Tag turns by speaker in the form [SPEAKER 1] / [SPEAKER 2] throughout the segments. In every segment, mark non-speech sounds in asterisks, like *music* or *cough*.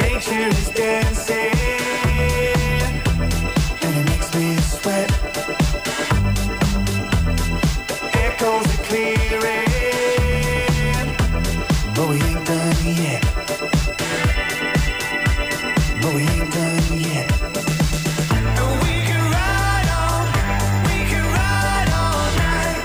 [SPEAKER 1] is dancing, and it makes me sweat. Echoes are clearing, but we ain't done yet. But we ain't done yet. And we can ride on, we can ride all night.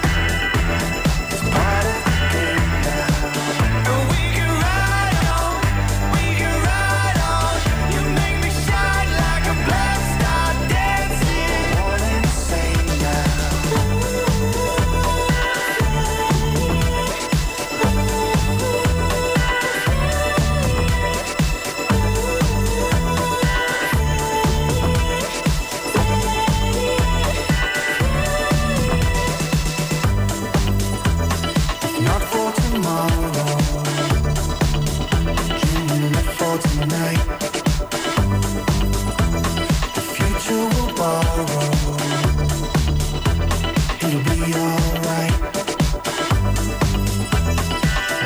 [SPEAKER 1] It's part of the game now. And we can ride on, we can ride on. You make me shine like a blast, start dancing. All insane now. Not for tomorrow. Dreaming not for tonight. The future will borrow. It'll be alright.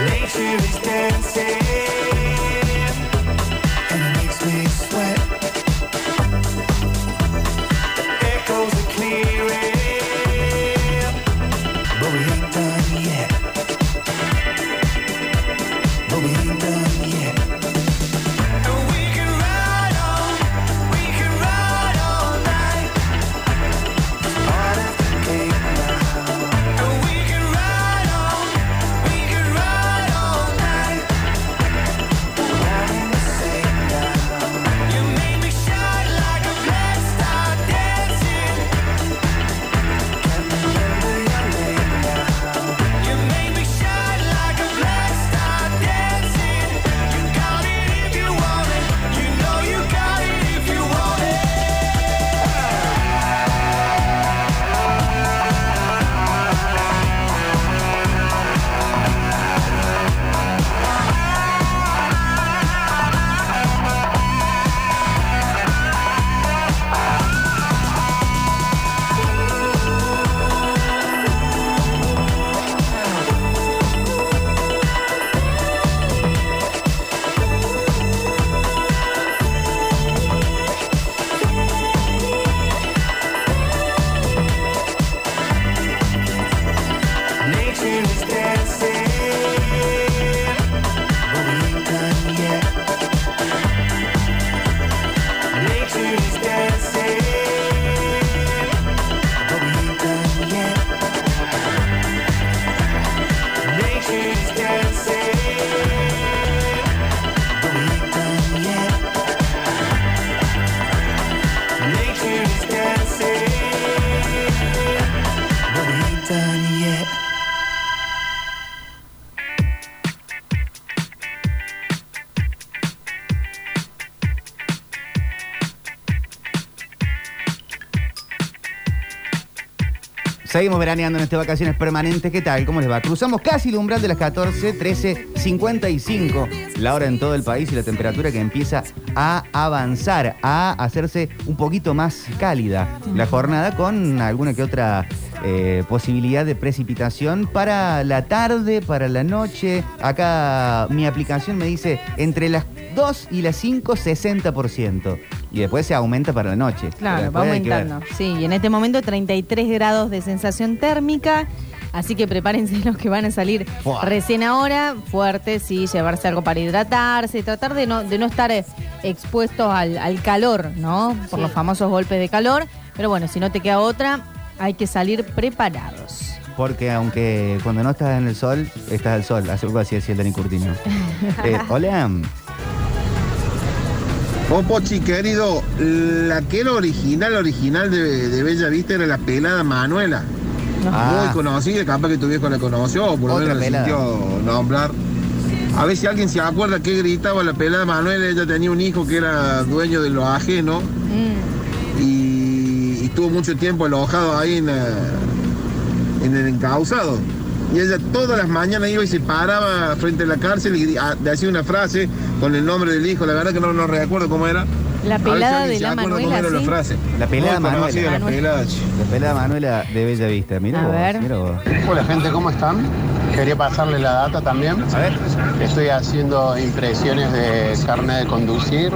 [SPEAKER 1] Nature is dancing, and it makes me sweat. Echoes are clearing, but we ain't done yet. But we ain't done yet. And we can ride on, we can ride all night. It's part of the game now. And we can ride on, we can ride all night. We're all in the same now. You make me shine like a blast, start dancing. Can't remember your name now. You make me shine like a blast, start dancing. You got it if you want it. You know you got it if you want it. Nature is dancing, but we ain't done yet. Nature is dancing, but we ain't done yet. Nature is dancing, but we ain't done yet. Nature is dancing, but we ain't done yet.
[SPEAKER 2] Seguimos veraneando en estas vacaciones permanentes. ¿Qué tal? ¿Cómo les va? Cruzamos casi el umbral de las 14, 13, 55. La hora en todo el país y la temperatura que empieza a avanzar, a hacerse un poquito más cálida la jornada con alguna que otra eh, posibilidad de precipitación para la tarde, para la noche. Acá mi aplicación me dice entre las 2 y las 5, 60%. Y después se aumenta para la noche. Pero
[SPEAKER 3] Claro, va
[SPEAKER 2] después hay que ver.
[SPEAKER 3] aumentando. Sí, y en este momento 33 grados de sensación térmica. Así que prepárense *laughs* los que van a salir
[SPEAKER 2] Fuá.
[SPEAKER 3] recién ahora, fuerte, sí, llevarse algo para hidratarse, tratar de no, de no estar eh, expuestos al, al calor, ¿no? Por los famosos golpes de calor. Pero bueno, si no te queda otra, hay que salir preparados.
[SPEAKER 2] Porque aunque cuando no estás en el sol, estás al sol. Hace algo así decía el Dani Curtino. Eh, hola.
[SPEAKER 4] Popochi querido, la que era original, original de, de Bella Vista era la pelada Manuela.
[SPEAKER 2] Ah,
[SPEAKER 4] Muy conocida, capaz que tu viejo la conoció o por lo
[SPEAKER 2] Otra
[SPEAKER 4] menos la
[SPEAKER 2] pelada.
[SPEAKER 4] sintió nombrar. A ver si alguien se acuerda que gritaba la pelada Manuela, ella tenía un hijo que era dueño de lo ajeno
[SPEAKER 3] Mm,
[SPEAKER 4] y, y estuvo mucho tiempo alojado ahí en, eh, en el encauzado. Y ella todas las mañanas iba y se paraba frente a la cárcel y gri- ah, decía una frase con el nombre del hijo, la verdad que no, no recuerdo cómo era,
[SPEAKER 3] La
[SPEAKER 4] A ver si
[SPEAKER 3] pelada
[SPEAKER 4] alguien
[SPEAKER 3] de
[SPEAKER 4] se
[SPEAKER 3] la
[SPEAKER 4] acuerda cómo
[SPEAKER 3] Manuela,
[SPEAKER 4] era la
[SPEAKER 3] ¿sí?
[SPEAKER 4] frase.
[SPEAKER 2] La pelada
[SPEAKER 4] Muy conocida,
[SPEAKER 2] Manuela.
[SPEAKER 4] La pelada, che.
[SPEAKER 2] La pelada Manuela de Bella Vista. Mira
[SPEAKER 3] A
[SPEAKER 2] vos,
[SPEAKER 3] ver.
[SPEAKER 2] mira vos.
[SPEAKER 5] Hola gente, ¿cómo están? Quería pasarle la data también.
[SPEAKER 2] A ver.
[SPEAKER 5] Estoy haciendo impresiones de carne de conducir,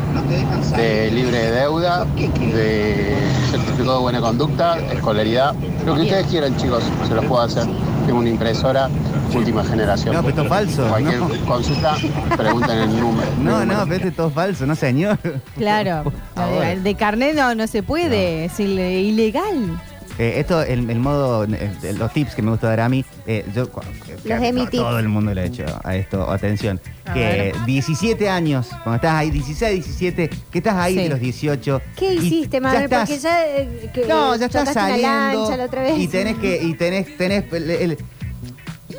[SPEAKER 5] de libre de deuda, de certificado de buena conducta, escolaridad. Lo que ustedes quieran, chicos, se los puedo hacer. Tengo una impresora última generación.
[SPEAKER 2] No, pero esto es falso,
[SPEAKER 5] Cualquier
[SPEAKER 2] no.
[SPEAKER 5] consulta, pregunten el número.
[SPEAKER 2] No,
[SPEAKER 5] Mi
[SPEAKER 2] no,
[SPEAKER 5] número.
[SPEAKER 2] pero este es todo falso, no señor.
[SPEAKER 3] Claro.
[SPEAKER 2] Por favor.
[SPEAKER 3] De, de carnet no, no se puede, es ile- ilegal.
[SPEAKER 2] Eh, esto, el, el modo, eh, los tips que me gusta dar a mí, eh, yo, cu- que
[SPEAKER 6] Los
[SPEAKER 2] to-
[SPEAKER 6] Emi tips.
[SPEAKER 2] todo el mundo le ha hecho a esto, atención,
[SPEAKER 3] A
[SPEAKER 2] que 17 años, cuando estás ahí, 16, 17, que estás ahí
[SPEAKER 3] Sí.
[SPEAKER 2] de los 18.
[SPEAKER 6] ¿Qué
[SPEAKER 2] y
[SPEAKER 6] hiciste,
[SPEAKER 2] ya
[SPEAKER 6] madre?
[SPEAKER 2] estás-
[SPEAKER 6] Porque ya. eh, que,
[SPEAKER 2] no,
[SPEAKER 6] eh,
[SPEAKER 2] ya estás
[SPEAKER 6] chocaste una
[SPEAKER 2] saliendo.
[SPEAKER 6] lancha la otra vez.
[SPEAKER 2] Y tenés que, y tenés, tenés el- el-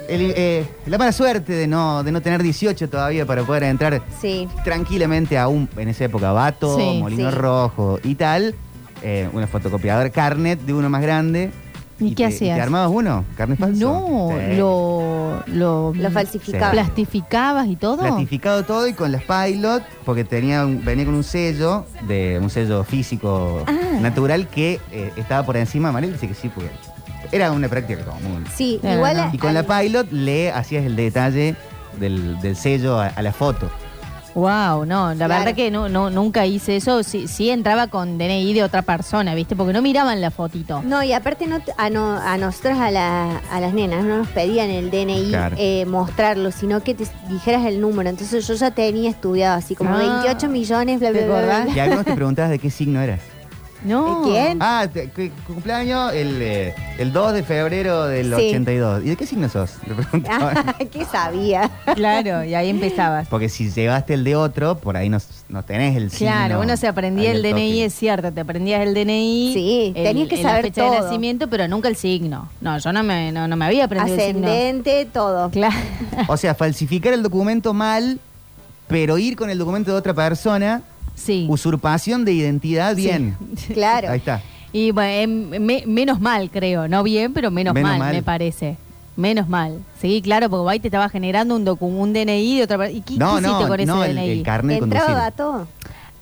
[SPEAKER 2] el, eh, la mala suerte de no, de no tener 18 todavía para poder entrar
[SPEAKER 6] Sí.
[SPEAKER 2] tranquilamente aún en esa época Bato,
[SPEAKER 3] Sí,
[SPEAKER 2] Molino
[SPEAKER 6] sí.
[SPEAKER 2] Rojo y tal, eh, una fotocopiadora carnet de uno más grande.
[SPEAKER 3] ¿Y qué
[SPEAKER 2] te-
[SPEAKER 3] hacías?
[SPEAKER 2] ¿Te armabas uno? ¿Carnet falso?
[SPEAKER 3] No,
[SPEAKER 2] Sí.
[SPEAKER 3] lo, lo,
[SPEAKER 6] Lo falsificaba.
[SPEAKER 3] plastificabas y todo.
[SPEAKER 2] Plastificado todo y con las pilot, porque tenía un- venía con un sello, de un sello físico
[SPEAKER 3] Ah.
[SPEAKER 2] natural que eh, estaba por encima. Manel dice que sí, porque era una práctica común.
[SPEAKER 6] Sí,
[SPEAKER 3] Claro,
[SPEAKER 6] igual.
[SPEAKER 3] no.
[SPEAKER 6] a-
[SPEAKER 2] Y con la pilot le hacías el detalle del, del sello a- a la foto.
[SPEAKER 3] Wow, no, la
[SPEAKER 6] Claro.
[SPEAKER 3] verdad que no, no, nunca hice eso. Sí, sí entraba con DNI de otra persona, ¿viste? Porque no miraban la fotito.
[SPEAKER 6] No, y aparte no, te- a, no, a nosotras, a, la- a las nenas, no nos pedían el DNI
[SPEAKER 2] Claro.
[SPEAKER 6] eh, mostrarlo, sino que te dijeras el número. Entonces yo ya tenía estudiado así como
[SPEAKER 3] Ah.
[SPEAKER 6] 28 millones, bla,
[SPEAKER 3] ¿Te
[SPEAKER 6] bla, bla, bla.
[SPEAKER 3] acordás?
[SPEAKER 2] Y algunos te preguntabas de qué signo eras.
[SPEAKER 3] No.
[SPEAKER 6] ¿De quién?
[SPEAKER 2] Ah, te- cu- cumpleaños el, eh, el 2 de febrero del
[SPEAKER 6] Sí.
[SPEAKER 2] 82. ¿Y de qué signo sos? Le
[SPEAKER 3] *laughs*
[SPEAKER 2] preguntaban.
[SPEAKER 6] bla. Ah, *laughs* ¿Qué sabía?
[SPEAKER 3] Claro, y ahí empezabas.
[SPEAKER 2] Porque si llevaste el de otro, por ahí no, no tenés el signo.
[SPEAKER 3] Claro, uno se aprendía
[SPEAKER 2] ahí
[SPEAKER 3] el
[SPEAKER 2] al toque.
[SPEAKER 3] DNI, es cierto, te aprendías el DNI.
[SPEAKER 6] Sí,
[SPEAKER 3] el-
[SPEAKER 6] tenías que
[SPEAKER 3] el-
[SPEAKER 6] saber
[SPEAKER 3] la fecha de
[SPEAKER 6] todo.
[SPEAKER 3] nacimiento, pero nunca el signo. No, yo no me, no, no me había aprendido el
[SPEAKER 6] Ascendente, todo.
[SPEAKER 3] signo. Claro.
[SPEAKER 2] O sea, falsificar el documento mal, pero ir con el documento de otra persona,
[SPEAKER 3] Sí.
[SPEAKER 2] usurpación de identidad,
[SPEAKER 3] Sí.
[SPEAKER 2] bien.
[SPEAKER 6] Claro.
[SPEAKER 2] Ahí está.
[SPEAKER 3] Y bueno, em, me- menos mal, creo. No bien, pero menos,
[SPEAKER 2] Menos
[SPEAKER 3] mal,
[SPEAKER 2] mal.
[SPEAKER 3] me parece. Menos mal. Sí, claro, porque ahí te estaba generando un, docu- un DNI de otra persona. ¿Y qué, qué
[SPEAKER 2] No,
[SPEAKER 3] hiciste
[SPEAKER 2] no,
[SPEAKER 3] con ese
[SPEAKER 2] no, el,
[SPEAKER 3] DNI?
[SPEAKER 2] el carnet de
[SPEAKER 6] Entraba
[SPEAKER 2] conducir.
[SPEAKER 6] dato.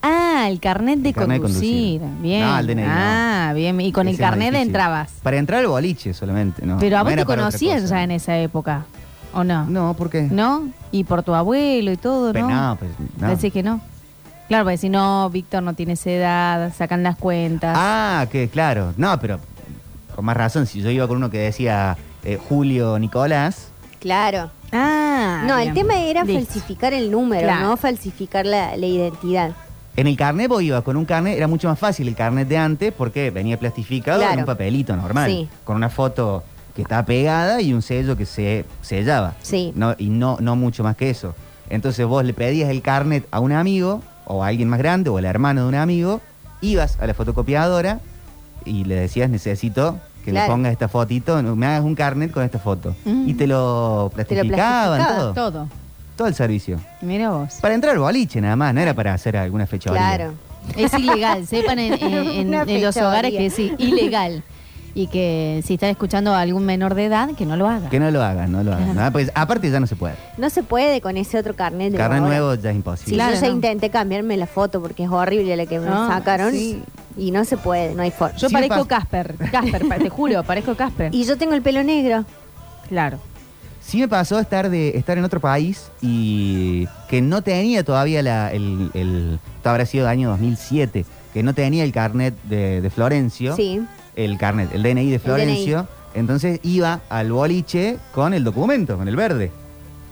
[SPEAKER 3] ah, el carnet de,
[SPEAKER 2] El carnet de
[SPEAKER 3] conducir.
[SPEAKER 2] conducir.
[SPEAKER 3] Bien.
[SPEAKER 2] No, el DNI no.
[SPEAKER 3] Ah, bien. Y con el
[SPEAKER 2] Ese es más
[SPEAKER 3] carnet
[SPEAKER 2] difícil.
[SPEAKER 3] entrabas.
[SPEAKER 2] Para entrar al boliche solamente, ¿no?
[SPEAKER 3] Pero a vos
[SPEAKER 2] No era
[SPEAKER 3] te
[SPEAKER 2] para otra
[SPEAKER 3] conocían
[SPEAKER 2] cosa.
[SPEAKER 3] ya en esa época, ¿o no?
[SPEAKER 2] No, ¿por qué?
[SPEAKER 3] ¿No? Y por tu abuelo y todo,
[SPEAKER 2] Pero
[SPEAKER 3] ¿no?
[SPEAKER 2] no, pues, no.
[SPEAKER 3] Decís que no. Claro, porque si no, Víctor no tiene esa edad, sacan las cuentas.
[SPEAKER 2] Ah, que claro. No, pero con más razón, si yo iba con uno que decía eh, Julio Nicolás,
[SPEAKER 6] Claro.
[SPEAKER 3] Ah,
[SPEAKER 6] No, el
[SPEAKER 3] bien.
[SPEAKER 6] tema era
[SPEAKER 3] Listo.
[SPEAKER 6] falsificar el número,
[SPEAKER 3] Claro.
[SPEAKER 6] no falsificar la, la identidad.
[SPEAKER 2] en el carnet vos ibas con un carnet, era mucho más fácil el carnet de antes porque venía plastificado
[SPEAKER 6] Claro.
[SPEAKER 2] en un papelito normal,
[SPEAKER 6] Sí.
[SPEAKER 2] con una foto que estaba pegada y un sello que se sellaba.
[SPEAKER 6] Sí.
[SPEAKER 2] No, y no, no mucho más que eso. Entonces vos le pedías el carnet a un amigo o a alguien más grande o al hermano de un amigo, ibas a la fotocopiadora y le decías necesito que
[SPEAKER 6] Claro.
[SPEAKER 2] me pongas esta fotito, no, me hagas un carnet con esta foto.
[SPEAKER 3] Mm.
[SPEAKER 2] Y te lo plastificaban,
[SPEAKER 6] plastificaban,
[SPEAKER 2] todo, todo.
[SPEAKER 3] Todo.
[SPEAKER 2] el servicio.
[SPEAKER 3] Mira vos.
[SPEAKER 2] Para entrar al boliche nada más, no era para hacer alguna fecha.
[SPEAKER 6] Claro.
[SPEAKER 3] Es ilegal, sepan *laughs* en, en- en-
[SPEAKER 6] Una
[SPEAKER 3] en los
[SPEAKER 6] fechoría.
[SPEAKER 3] hogares que es i- ilegal. Y que si están escuchando a algún menor de edad, que no lo haga.
[SPEAKER 2] Que no lo hagan, no lo hagan. nada, pues, aparte ya no se puede.
[SPEAKER 6] No se puede con ese otro carnet de
[SPEAKER 2] Carnet
[SPEAKER 6] ahora.
[SPEAKER 2] nuevo ya es
[SPEAKER 6] Sí,
[SPEAKER 2] imposible.
[SPEAKER 3] Claro,
[SPEAKER 6] yo ya
[SPEAKER 3] no.
[SPEAKER 6] intenté cambiarme la foto porque es horrible la que me
[SPEAKER 3] Ah,
[SPEAKER 6] sacaron
[SPEAKER 3] sí.
[SPEAKER 6] y no se puede, no hay forma.
[SPEAKER 3] Yo
[SPEAKER 2] Sí,
[SPEAKER 3] parezco
[SPEAKER 2] pas-
[SPEAKER 3] Casper. Casper, pa- te juro, parezco Casper.
[SPEAKER 6] Y yo tengo el pelo negro.
[SPEAKER 3] claro.
[SPEAKER 2] Sí me pasó estar de estar en otro país y que no tenía todavía la, el, el- esto habrá sido el año 2007, que no tenía el carnet de, de Florencio,
[SPEAKER 6] Sí,
[SPEAKER 2] el carnet, el DNI de Florencio, entonces iba al boliche con el documento, con el verde,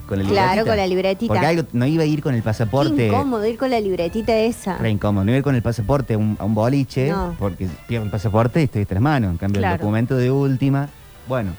[SPEAKER 2] con el
[SPEAKER 6] claro, con la libretita.
[SPEAKER 2] Porque algo, no iba a ir con el
[SPEAKER 6] Qué
[SPEAKER 2] pasaporte,
[SPEAKER 6] incómodo ir con la libretita esa.
[SPEAKER 2] re incómodo, no iba a ir con el pasaporte a un, a un boliche,
[SPEAKER 6] No.
[SPEAKER 2] porque pierdo el pasaporte y estoy de tres manos, en cambio
[SPEAKER 3] Claro.
[SPEAKER 2] el documento de última, bueno.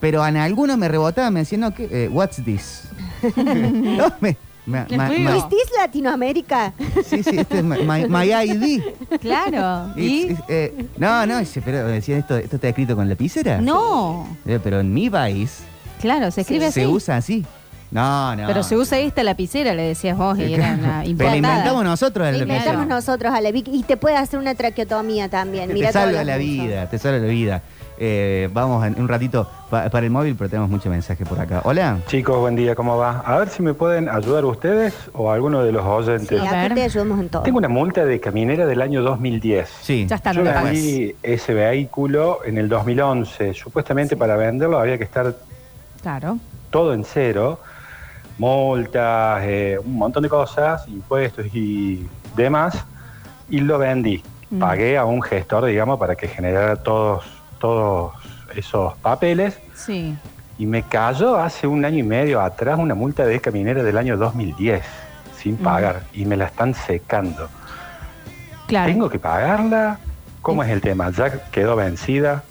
[SPEAKER 2] Pero en algunos me rebotaban, me decían, no, ¿qué? Eh, what's this?
[SPEAKER 3] *laughs*
[SPEAKER 2] no, me, ma-
[SPEAKER 3] Qué
[SPEAKER 2] ma-
[SPEAKER 3] feo.
[SPEAKER 2] ma-
[SPEAKER 6] ¿Es this Latinoamérica?
[SPEAKER 2] sí, sí, este es my, my- my ID.
[SPEAKER 3] Claro. ¿Y?
[SPEAKER 2] It's- it's, eh, no, no, dice, pero me decían, ¿esto, ¿esto está escrito con lapicera?
[SPEAKER 3] No.
[SPEAKER 2] Eh, pero en mi país
[SPEAKER 3] Claro, se escribe
[SPEAKER 2] se
[SPEAKER 3] así.
[SPEAKER 2] usa así. No, no.
[SPEAKER 3] Pero se usa esta lapicera, le decías vos,
[SPEAKER 2] *laughs*
[SPEAKER 3] y era una
[SPEAKER 2] Pero la inventamos
[SPEAKER 3] implantada.
[SPEAKER 2] nosotros.
[SPEAKER 6] Le
[SPEAKER 2] la lapicera.
[SPEAKER 6] inventamos nosotros a la Vic y te puede hacer una traqueotomía también. Mira
[SPEAKER 2] te
[SPEAKER 6] todo
[SPEAKER 2] salva
[SPEAKER 6] lo
[SPEAKER 2] la
[SPEAKER 6] que hizo.
[SPEAKER 2] vida, te salva la vida. Eh, vamos en un ratito pa- para el móvil, pero tenemos mucho mensaje por acá. Hola.
[SPEAKER 7] Chicos, buen día, ¿cómo va? A ver si me pueden ayudar ustedes o alguno de los
[SPEAKER 6] Sí,
[SPEAKER 7] oyentes.
[SPEAKER 3] A
[SPEAKER 6] acá
[SPEAKER 3] ver.
[SPEAKER 6] te ayudamos en todo.
[SPEAKER 7] Tengo una multa de camionera del año 2010.
[SPEAKER 2] Sí.
[SPEAKER 3] Ya está, no
[SPEAKER 7] Yo
[SPEAKER 3] la pagas.
[SPEAKER 7] vendí ese vehículo en el 2011. Supuestamente para venderlo había que estar
[SPEAKER 3] Claro.
[SPEAKER 7] todo en cero. Multas, eh, un montón de cosas, impuestos y demás. Y lo vendí.
[SPEAKER 3] Mm.
[SPEAKER 7] Pagué a un gestor, digamos, para que generara todos, todos esos papeles.
[SPEAKER 3] Sí.
[SPEAKER 7] Y me cayó hace un año y medio atrás una multa de camionera del año 2010, sin
[SPEAKER 3] Mm.
[SPEAKER 7] pagar, y me la están secando.
[SPEAKER 3] Claro.
[SPEAKER 7] ¿Tengo que pagarla? ¿Cómo es el tema? ¿Ya quedó vencida?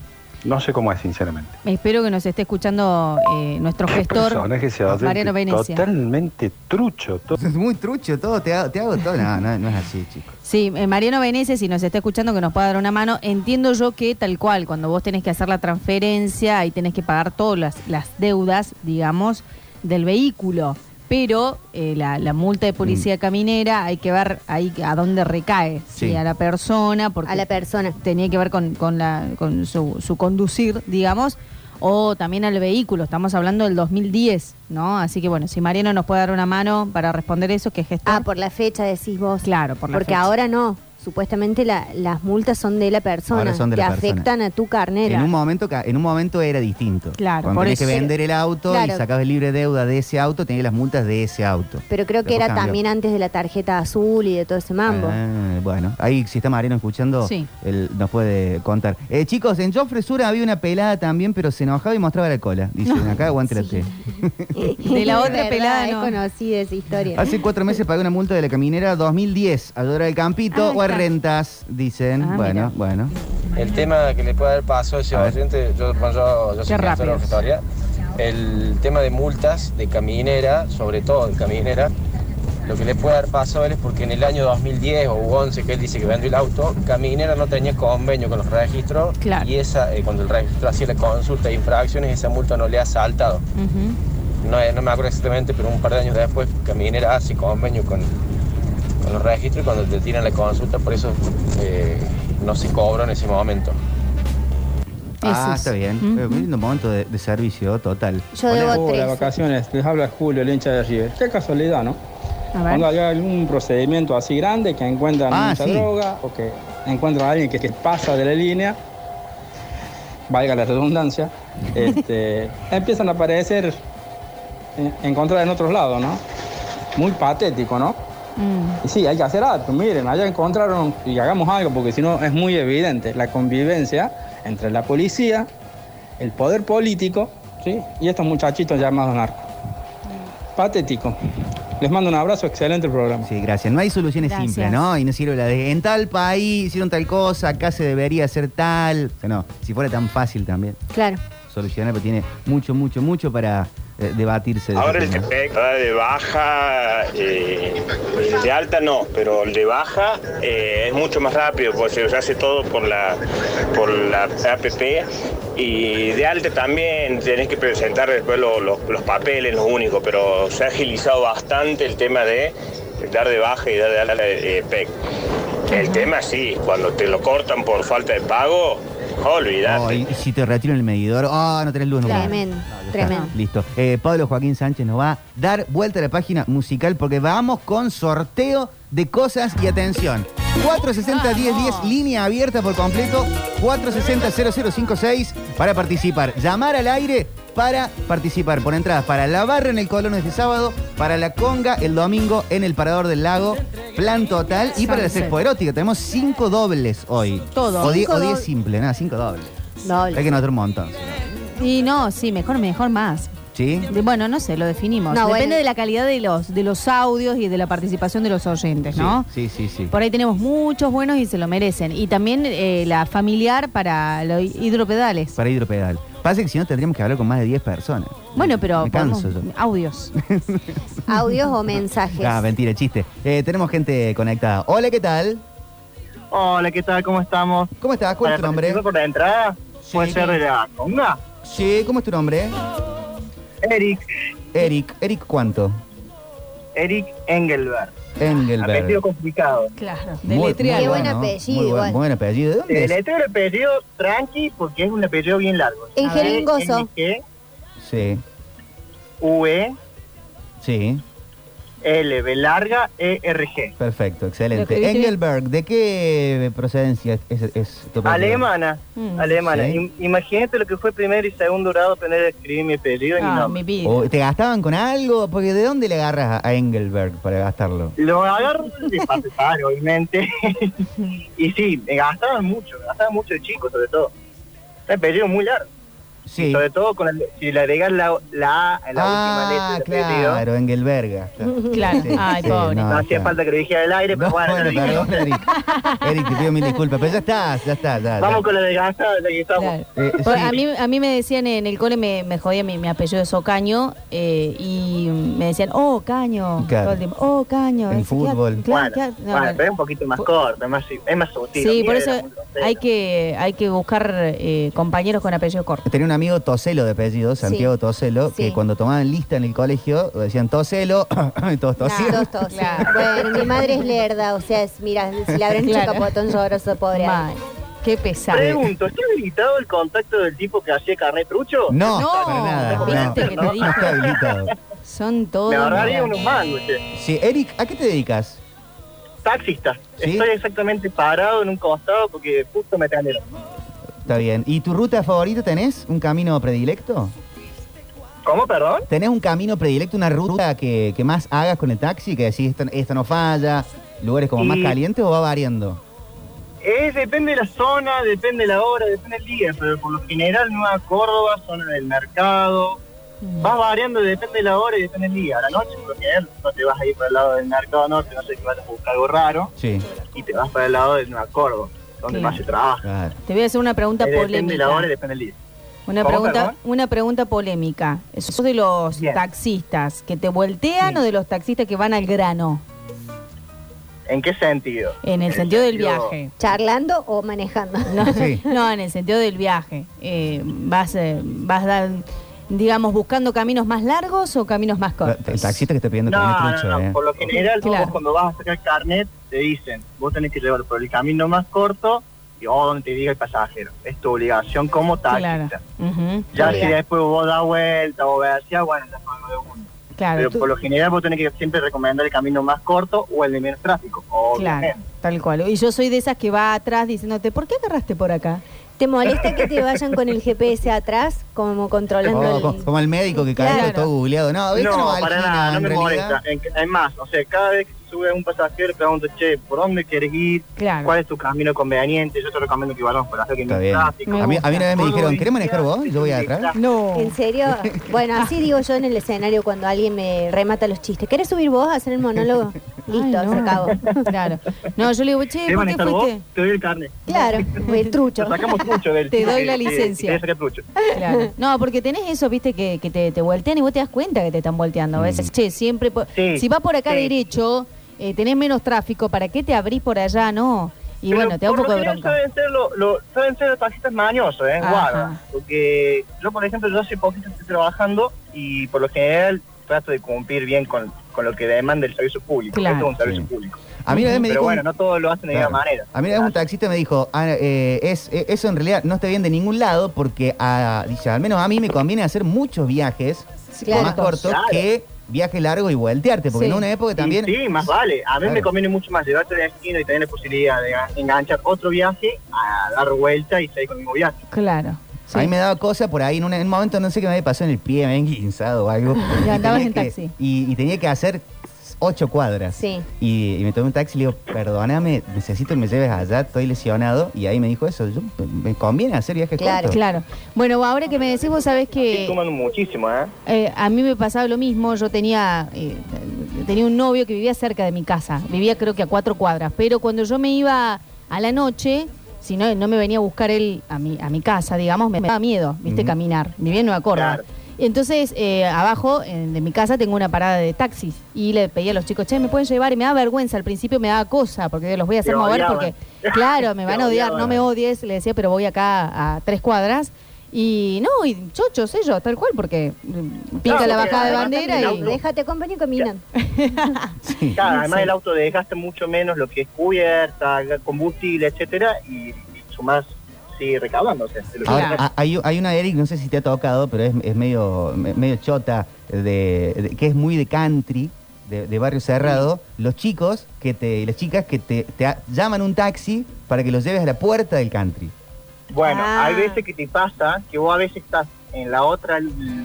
[SPEAKER 7] No sé cómo es, sinceramente.
[SPEAKER 3] Espero que nos esté escuchando eh, nuestro gestor.
[SPEAKER 7] personaje se hace
[SPEAKER 3] Mariano Venecia.
[SPEAKER 7] totalmente trucho. to-
[SPEAKER 2] *laughs* Es muy trucho todo, te hago, te hago todo. No, no, no es así, chicos.
[SPEAKER 3] Sí, eh, Mariano Venecia, si nos está escuchando, que nos pueda dar una mano. Entiendo yo que tal cual, cuando vos tenés que hacer la transferencia, ahí tenés que pagar todas las, las deudas, digamos, del vehículo. Pero eh, la, la multa de policía caminera, hay que ver ahí a dónde recae.
[SPEAKER 2] Sí.
[SPEAKER 3] Sí. a la persona, porque
[SPEAKER 6] A la persona.
[SPEAKER 3] tenía que ver con, con, la, con su, su conducir, digamos, o también al vehículo. Estamos hablando del 2010, ¿no? Así que bueno, si Mariano nos puede dar una mano para responder eso, que es gestor.
[SPEAKER 6] Ah, por la fecha decís vos.
[SPEAKER 3] Claro, por la
[SPEAKER 6] Porque
[SPEAKER 3] fecha.
[SPEAKER 6] ahora no. Supuestamente la- las multas son de la persona.
[SPEAKER 2] Ahora son de
[SPEAKER 6] te
[SPEAKER 2] la persona.
[SPEAKER 6] afectan a tu carnera.
[SPEAKER 2] En un momento, ca- en un momento era distinto.
[SPEAKER 3] Claro,
[SPEAKER 2] Cuando
[SPEAKER 3] por
[SPEAKER 2] tenías que
[SPEAKER 3] eso.
[SPEAKER 2] vender el auto
[SPEAKER 6] Claro.
[SPEAKER 2] y sacabas el libre deuda de ese auto, tenías las multas de ese auto.
[SPEAKER 6] Pero creo que
[SPEAKER 2] Después
[SPEAKER 6] era
[SPEAKER 2] cambió.
[SPEAKER 6] también antes de la tarjeta azul y de todo ese mambo. *laughs*
[SPEAKER 2] Ah, bueno, ahí si está Mariano escuchando,
[SPEAKER 3] Sí.
[SPEAKER 2] él nos puede contar. Eh, chicos, en John Fresura había una pelada también, pero se enojaba y mostraba la cola. Dicen, acá aguante la tele.
[SPEAKER 3] De
[SPEAKER 6] *laughs*
[SPEAKER 3] la otra
[SPEAKER 6] Verdad,
[SPEAKER 3] pelada,
[SPEAKER 6] es
[SPEAKER 3] no.
[SPEAKER 6] conocida esa historia.
[SPEAKER 2] Hace cuatro meses pagué una multa de la caminera 2010 a Dora del Campito
[SPEAKER 3] Ah,
[SPEAKER 2] o a
[SPEAKER 3] está.
[SPEAKER 2] rentas, dicen.
[SPEAKER 3] Ah,
[SPEAKER 2] bueno,
[SPEAKER 3] mira.
[SPEAKER 2] bueno.
[SPEAKER 8] El tema que le puede haber pasado a ese
[SPEAKER 2] A ver.
[SPEAKER 8] oyente, yo, bueno, yo, yo soy profesor de
[SPEAKER 3] Qué rápido.
[SPEAKER 8] oratoria, el tema de multas de caminera, sobre todo de caminera, lo que le puede haber pasado a él es porque en el año 2010 o 11 que él dice que vendió el auto, caminera no tenía convenio con los registros
[SPEAKER 3] Claro.
[SPEAKER 8] y esa, eh, cuando el registro hacía la consulta de infracciones, esa multa no le ha saltado.
[SPEAKER 1] Mm-hmm.
[SPEAKER 3] Ujú.
[SPEAKER 8] No, eh, no me acuerdo exactamente, pero un par de años después Caminera hace convenio con, con los registros y cuando te tiran la consulta, por eso eh, no se cobra en ese momento.
[SPEAKER 2] Ah,
[SPEAKER 3] Eso es.
[SPEAKER 2] está bien.
[SPEAKER 3] Ujú.
[SPEAKER 2] Eh, muy lindo momento de, de servicio total.
[SPEAKER 6] Yo
[SPEAKER 2] Hola.
[SPEAKER 6] debo
[SPEAKER 9] Hola,
[SPEAKER 6] tres.
[SPEAKER 9] vacaciones. Les habla Julio, el hincha de River. Qué casualidad, ¿no?
[SPEAKER 3] A ver.
[SPEAKER 9] Cuando hay algún procedimiento así grande que encuentran
[SPEAKER 2] Ah,
[SPEAKER 9] mucha
[SPEAKER 2] sí.
[SPEAKER 9] droga o que encuentran a alguien que, que pasa de la línea, valga la
[SPEAKER 2] *laughs*
[SPEAKER 9] redundancia, este, empiezan a aparecer, eh, encontrar en otros lados, ¿no? Muy patético, ¿no?
[SPEAKER 3] Mm.
[SPEAKER 9] Y sí, hay que hacer algo. Miren, allá encontraron y hagamos algo, porque si no es muy evidente la convivencia entre la policía, el poder político ¿sí? y estos muchachitos llamados narcos. Patético. Les mando un abrazo, excelente programa.
[SPEAKER 2] Sí, gracias. No hay soluciones
[SPEAKER 3] Gracias.
[SPEAKER 2] simples, ¿no? Y no sirve la de en tal país hicieron tal cosa, acá se debería hacer tal. O sea, no, si fuera tan fácil también
[SPEAKER 6] Claro.
[SPEAKER 2] solucionar, pero tiene mucho, mucho, mucho para eh, debatirse. de
[SPEAKER 10] Ahora
[SPEAKER 2] ese
[SPEAKER 10] el que
[SPEAKER 2] tema.
[SPEAKER 10] pega de baja, eh, el de alta no, pero el de baja eh, es mucho más rápido, porque se hace todo por la, por la APP. Y de alta también tenés que presentar después lo- lo- los papeles, lo único, pero se ha agilizado bastante el tema de dar de baja y dar de alta eh, PEC. El tema sí, cuando te lo cortan por falta de pago, olvidate.
[SPEAKER 2] Oh, y y si te retiran el medidor, ah, no tenés luz. no podés.
[SPEAKER 6] Tremendo,
[SPEAKER 2] No, ya está.
[SPEAKER 6] tremendo.
[SPEAKER 2] Listo. Eh, Pablo Joaquín Sánchez nos va a dar vuelta a la página musical porque vamos con sorteo de cosas y atención. 460-1010, línea abierta por completo, 460-0056 para participar. Llamar al aire para participar. Por entradas para la barra en el Colón este sábado, para la conga el domingo en el Parador del Lago, plan total y para la
[SPEAKER 3] Sunset.
[SPEAKER 2] sexpo erótica. Tenemos cinco dobles hoy.
[SPEAKER 3] Todo.
[SPEAKER 2] O die-
[SPEAKER 6] Cinco
[SPEAKER 2] o diez
[SPEAKER 6] dobles.
[SPEAKER 2] simples, nada, cinco dobles. Hay
[SPEAKER 6] Doble.
[SPEAKER 2] que notar un montón.
[SPEAKER 3] Y no, sí, mejor, mejor más.
[SPEAKER 2] ¿Sí?
[SPEAKER 3] De- bueno, no sé, lo definimos.
[SPEAKER 6] No,
[SPEAKER 3] Depende
[SPEAKER 6] bueno.
[SPEAKER 3] de la calidad de los, de los audios y de la participación de los oyentes, ¿no?
[SPEAKER 2] Sí, sí, sí.
[SPEAKER 3] Por ahí tenemos muchos buenos y se lo merecen. Y también eh, la familiar para los hidropedales.
[SPEAKER 2] Para hidropedal. Pasa que si no tendríamos que hablar con más de 10 personas.
[SPEAKER 3] Bueno, pero
[SPEAKER 2] Me canso
[SPEAKER 3] podemos-
[SPEAKER 2] yo. *laughs*
[SPEAKER 3] audios.
[SPEAKER 6] Audios o mensajes.
[SPEAKER 2] Ah, mentira, chiste. Eh, tenemos gente conectada. Hola, ¿qué tal?
[SPEAKER 11] Hola, ¿qué tal? ¿Cómo estamos?
[SPEAKER 2] ¿Cómo estás? ¿Cuál es tu nombre?
[SPEAKER 11] participar por la entrada?
[SPEAKER 2] Sí.
[SPEAKER 11] ¿Puede ser de la conga?
[SPEAKER 2] Sí, ¿cómo es tu nombre?
[SPEAKER 11] Eric.
[SPEAKER 2] Eric. ¿Eric cuánto?
[SPEAKER 11] Eric Engelbert.
[SPEAKER 2] Engelberg.
[SPEAKER 11] Apellido complicado.
[SPEAKER 3] Claro.
[SPEAKER 2] Muy- muy
[SPEAKER 6] Qué buen
[SPEAKER 2] bueno,
[SPEAKER 6] apellido,
[SPEAKER 2] Muy buen,
[SPEAKER 6] igual.
[SPEAKER 2] buen apellido. ¿De dónde es?
[SPEAKER 11] Deletreo el apellido tranqui porque es un apellido bien largo.
[SPEAKER 6] En jeringoso.
[SPEAKER 11] G
[SPEAKER 2] Sí,
[SPEAKER 11] U E
[SPEAKER 2] sí.
[SPEAKER 11] L B larga E R G.
[SPEAKER 2] Perfecto,
[SPEAKER 11] Lo que dije-
[SPEAKER 2] excelente. Engelberg, ¿de qué procedencia es, es tu apellido?
[SPEAKER 11] Alemana, alemana.
[SPEAKER 2] Sí.
[SPEAKER 11] Im- Imagínate lo que fue primero y segundo grado aprender a escribir mi
[SPEAKER 3] Ah,
[SPEAKER 11] apellido y
[SPEAKER 2] Ah,
[SPEAKER 11] mi nombre.
[SPEAKER 2] ¿O ¿Te gastaban con algo? Porque ¿de dónde le agarras a- a Engelberg para gastarlo?
[SPEAKER 11] Lo agarro de parte padre,
[SPEAKER 3] *laughs*
[SPEAKER 11] obviamente. y sí, me gastaban mucho, me gastaban mucho de chico, sobre todo. Un apellido muy largo.
[SPEAKER 2] Sí.
[SPEAKER 11] Y sobre todo con el- si le agregas la, la A a la última letra
[SPEAKER 2] Ah,
[SPEAKER 11] del apellido.
[SPEAKER 2] claro, Engelberga.
[SPEAKER 3] *laughs* Claro. Ay, pobre.
[SPEAKER 11] No, hacía falta que lo dijera al aire, pero bueno. lo
[SPEAKER 2] Bueno,
[SPEAKER 11] dije.
[SPEAKER 2] perdón, Eric. Eric, te
[SPEAKER 3] *laughs*
[SPEAKER 2] pido mil disculpas, pero ya está, ya está, ya, ya.
[SPEAKER 11] Vamos con la desgastada, ya que estamos.
[SPEAKER 2] Eh,
[SPEAKER 3] Por-
[SPEAKER 2] sí.
[SPEAKER 3] a, mí, a mí me decían en el cole, me, me jodía mi, mi apellido de Socaño eh, y me decían, oh, Caño.
[SPEAKER 2] Claro.
[SPEAKER 3] Todo el tiempo, oh, Caño.
[SPEAKER 2] En
[SPEAKER 3] Ese, queda-
[SPEAKER 2] fútbol.
[SPEAKER 3] claro, queda-
[SPEAKER 11] Bueno,
[SPEAKER 3] no,
[SPEAKER 11] bueno,
[SPEAKER 3] bueno.
[SPEAKER 11] pero es un poquito más corto, es más, es más sutil.
[SPEAKER 3] Sí,
[SPEAKER 11] Mira,
[SPEAKER 3] por
[SPEAKER 11] era
[SPEAKER 3] eso
[SPEAKER 11] muy grosero.
[SPEAKER 3] hay que, hay que buscar eh, compañeros con apellido corto.
[SPEAKER 2] Tenía un amigo Toselo de apellido, Santiago Toselo, que
[SPEAKER 3] Sí.
[SPEAKER 2] cuando tomaban lista en el colegio, decían Toselo, *coughs* y todos tosían.
[SPEAKER 6] Nah, dos tos. Bueno, mi madre es lerda, o sea, es, mira, si la habrán hecho
[SPEAKER 3] Claro.
[SPEAKER 6] capotón lloroso, pobre.
[SPEAKER 3] Mal. Qué pesado.
[SPEAKER 11] Pregunto, ¿está habilitado el contacto del tipo que hacía carnet trucho?
[SPEAKER 2] No, para nada. no,
[SPEAKER 3] viste que te
[SPEAKER 2] no
[SPEAKER 3] dije.
[SPEAKER 2] está habilitado.
[SPEAKER 3] Son todos.
[SPEAKER 11] Me ahorraría
[SPEAKER 3] mira.
[SPEAKER 11] unos mangos, che.
[SPEAKER 2] Sí, Eric, ¿a qué te dedicas?
[SPEAKER 11] Taxista. Estoy exactamente parado en un costado porque justo me trajeron.
[SPEAKER 2] Está bien. ¿Y tu ruta favorita tenés? ¿Un camino predilecto?
[SPEAKER 11] ¿Cómo, perdón?
[SPEAKER 2] ¿Tenés un camino predilecto, una ruta que, que más hagas con el taxi? Que decís, esta, esta no falla, lugares como más
[SPEAKER 11] Y-
[SPEAKER 2] calientes o va variando?
[SPEAKER 11] Es, depende de la zona, depende de la hora, depende del día, pero por lo general Nueva Córdoba, zona del mercado,
[SPEAKER 3] Mm.
[SPEAKER 11] va variando, depende de la hora y depende del día. A la noche, por lo general, no te vas a ir para el lado del mercado norte, no sé que vas a buscar algo raro,
[SPEAKER 2] Sí.
[SPEAKER 11] y te vas para el lado del Nueva Córdoba, donde
[SPEAKER 3] Claro.
[SPEAKER 11] más se trabaja.
[SPEAKER 2] Claro.
[SPEAKER 3] Te voy a hacer una pregunta
[SPEAKER 11] Eh, Depende de la hora y
[SPEAKER 3] polémica.
[SPEAKER 11] depende del día.
[SPEAKER 3] Una
[SPEAKER 11] ¿Cómo,
[SPEAKER 3] pregunta,
[SPEAKER 11] perdón?
[SPEAKER 3] una pregunta polémica. ¿Sos de los taxistas que te voltean o de los taxistas que van al grano?
[SPEAKER 11] ¿En qué sentido?
[SPEAKER 3] En el sentido del viaje.
[SPEAKER 6] ¿Charlando o manejando?
[SPEAKER 3] No, *laughs* no, en el sentido del viaje. Eh, vas, eh, vas dar, digamos, buscando caminos más largos o caminos más cortos.
[SPEAKER 2] El taxista que está pidiendo
[SPEAKER 11] No,
[SPEAKER 2] camino
[SPEAKER 11] no,
[SPEAKER 2] trucho,
[SPEAKER 11] no,
[SPEAKER 2] ¿eh?
[SPEAKER 11] por lo general vos
[SPEAKER 3] Claro.
[SPEAKER 11] cuando vas a sacar carnet te dicen, vos tenés que llevar por el camino más corto y o donde te diga el pasajero. Es tu obligación como taxista.
[SPEAKER 3] Ujú.
[SPEAKER 1] Mm-hmm.
[SPEAKER 11] Ya si después vos das vuelta o ves hacia, bueno, ya fue de uno.
[SPEAKER 3] Claro,
[SPEAKER 11] Pero
[SPEAKER 3] tú-
[SPEAKER 11] por lo general vos tenés que siempre recomendar el camino más corto o el de menos tráfico.
[SPEAKER 3] claro,
[SPEAKER 11] obviamente.
[SPEAKER 3] tal cual. Y yo soy de esas que va atrás diciéndote, ¿por qué agarraste por acá?
[SPEAKER 6] ¿Te molesta que te vayan con el GPS atrás, como controlando
[SPEAKER 2] Oh,
[SPEAKER 6] el-
[SPEAKER 2] co- como el médico que cae
[SPEAKER 6] Claro.
[SPEAKER 2] todo googleado. No, esto no,
[SPEAKER 11] No,
[SPEAKER 2] va al
[SPEAKER 11] para
[SPEAKER 2] China,
[SPEAKER 11] nada, no
[SPEAKER 2] en
[SPEAKER 11] me
[SPEAKER 2] realidad.
[SPEAKER 11] molesta. En- Es más, o sea, cada vez que sube un pasajero le pregunto, che, ¿por dónde querés ir?
[SPEAKER 3] Claro.
[SPEAKER 11] ¿Cuál es tu camino conveniente? Yo te recomiendo que vayamos por hacer que
[SPEAKER 2] Está
[SPEAKER 11] menos
[SPEAKER 2] bien.
[SPEAKER 11] tráfico.
[SPEAKER 2] A mí, a mí una vez me
[SPEAKER 11] Todo
[SPEAKER 2] dijeron,
[SPEAKER 11] bien.
[SPEAKER 2] ¿querés manejar vos? Y Yo voy atrás.
[SPEAKER 3] No.
[SPEAKER 6] ¿En serio? Bueno, así digo yo en el escenario cuando alguien me remata los chistes. ¿Querés subir vos a hacer el monólogo? Listo,
[SPEAKER 3] Ay, no.
[SPEAKER 6] se acabó.
[SPEAKER 3] Claro. No, yo le digo, che,
[SPEAKER 11] ¿Querés
[SPEAKER 3] ¿por qué
[SPEAKER 11] manejar vos?
[SPEAKER 3] fuiste?
[SPEAKER 11] Te doy el carnet.
[SPEAKER 6] Claro, el trucho.
[SPEAKER 3] *laughs*
[SPEAKER 11] Lo sacamos trucho del
[SPEAKER 3] Te
[SPEAKER 11] tipo
[SPEAKER 3] doy
[SPEAKER 11] que-
[SPEAKER 3] la
[SPEAKER 11] que-
[SPEAKER 3] licencia.
[SPEAKER 11] que quiere sacar trucho.
[SPEAKER 3] Claro. No, porque tenés eso, viste, que, que te, te voltean y vos te das cuenta que te están volteando. A veces, che, siempre. po-
[SPEAKER 11] Mm. Sí,
[SPEAKER 3] si vas por acá
[SPEAKER 11] sí.
[SPEAKER 3] derecho, eh, tenés menos tráfico, ¿para qué te abrís por allá? No. Y
[SPEAKER 11] Pero
[SPEAKER 3] bueno, te da un
[SPEAKER 11] por
[SPEAKER 3] poco
[SPEAKER 11] lo
[SPEAKER 3] de
[SPEAKER 11] general
[SPEAKER 3] bronca.
[SPEAKER 11] Saben ser, lo- lo- saben ser los taxistas mañosos, ¿eh?
[SPEAKER 3] Ajá.
[SPEAKER 11] Guarda. Porque yo, por ejemplo, yo hace poquito estoy trabajando y por lo general trato de cumplir bien con, con lo que demanda el servicio público.
[SPEAKER 2] Claro.
[SPEAKER 11] Esto es un servicio
[SPEAKER 2] Sí.
[SPEAKER 11] público.
[SPEAKER 2] A mí una vez me
[SPEAKER 11] Pero
[SPEAKER 2] dijo
[SPEAKER 11] bueno,
[SPEAKER 2] un-
[SPEAKER 11] no todos lo hacen de la
[SPEAKER 2] Claro.
[SPEAKER 11] misma manera.
[SPEAKER 2] A mí una vez un taxista me dijo, "Ah, eh, es, eh, eso en realidad no está bien de ningún lado porque, ah, dice, al menos a mí me conviene hacer muchos viajes
[SPEAKER 6] claro.
[SPEAKER 2] más cortos
[SPEAKER 11] Claro.
[SPEAKER 2] que viajes largos y voltearte, porque
[SPEAKER 3] Sí.
[SPEAKER 2] en una época también...
[SPEAKER 11] Y sí, más vale. A mí
[SPEAKER 2] Claro.
[SPEAKER 11] me conviene mucho más llevarte de destino y tener la posibilidad de enganchar otro viaje a dar vuelta y seguir con el mismo viaje.
[SPEAKER 3] Claro. Sí.
[SPEAKER 2] A mí me daba cosa por ahí, en un, en un momento no sé qué me había pasado en el pie, me había enguinzado o
[SPEAKER 3] *laughs* Y
[SPEAKER 2] algo. *laughs*
[SPEAKER 3] andabas
[SPEAKER 2] tenía
[SPEAKER 3] en
[SPEAKER 2] que-
[SPEAKER 3] taxi.
[SPEAKER 2] Y, y tenía que hacer ocho cuadras.
[SPEAKER 6] Sí.
[SPEAKER 2] Y, y me tomé un taxi y le digo, perdóname, necesito que me lleves allá, estoy lesionado. Y ahí me dijo eso, yo- me conviene hacer viajes
[SPEAKER 3] Claro,
[SPEAKER 2] cortos.
[SPEAKER 3] claro. Bueno, ahora que me decís, vos sabés
[SPEAKER 11] Estoy
[SPEAKER 3] que
[SPEAKER 11] sumando muchísimo, ¿eh?
[SPEAKER 3] eh, a mí me pasaba lo mismo. Yo tenía, eh, tenía un novio que vivía cerca de mi casa. Vivía creo que a cuatro cuadras. Pero cuando yo me iba a la noche, si no, no me venía a buscar él a mi, a mi casa, digamos, me, daba miedo, viste,
[SPEAKER 2] Ujú.
[SPEAKER 3] caminar. Vivía en Nueva Córdoba.
[SPEAKER 11] Claro.
[SPEAKER 3] Y Entonces, eh, abajo eh, de mi casa tengo una parada de taxis y le pedí a los chicos, che, ¿me pueden llevar? Y me da vergüenza, al principio me daba cosa, porque los voy a hacer
[SPEAKER 11] Te
[SPEAKER 3] mover
[SPEAKER 11] odiaban.
[SPEAKER 3] porque, claro, me
[SPEAKER 11] *laughs* Te
[SPEAKER 3] van a odiar, no
[SPEAKER 11] odiaban.
[SPEAKER 3] me odies, le decía, pero voy acá a tres cuadras. Y no, y chochos ellos, tal cual, porque mm, pica la bajada de bandera y...
[SPEAKER 6] Déjate acompañar y caminan.
[SPEAKER 11] Claro, además
[SPEAKER 3] Sí.
[SPEAKER 11] el auto desgasta mucho menos lo que es cubierta, combustible, etcétera, y, y sumás, sí, recabando. o sea, de lo que
[SPEAKER 2] Ahora, ah,
[SPEAKER 11] gastas.
[SPEAKER 2] a- hay, hay una Eric, no sé si te ha tocado, pero es, es medio, me- medio chota, de, de- que es muy de country, de, de barrio cerrado. Los chicos que te, y las chicas que te, te a- llaman un taxi para que los lleves a la puerta del country.
[SPEAKER 11] Bueno,
[SPEAKER 3] Ah.
[SPEAKER 11] hay veces que te pasa que vos a veces estás en la otra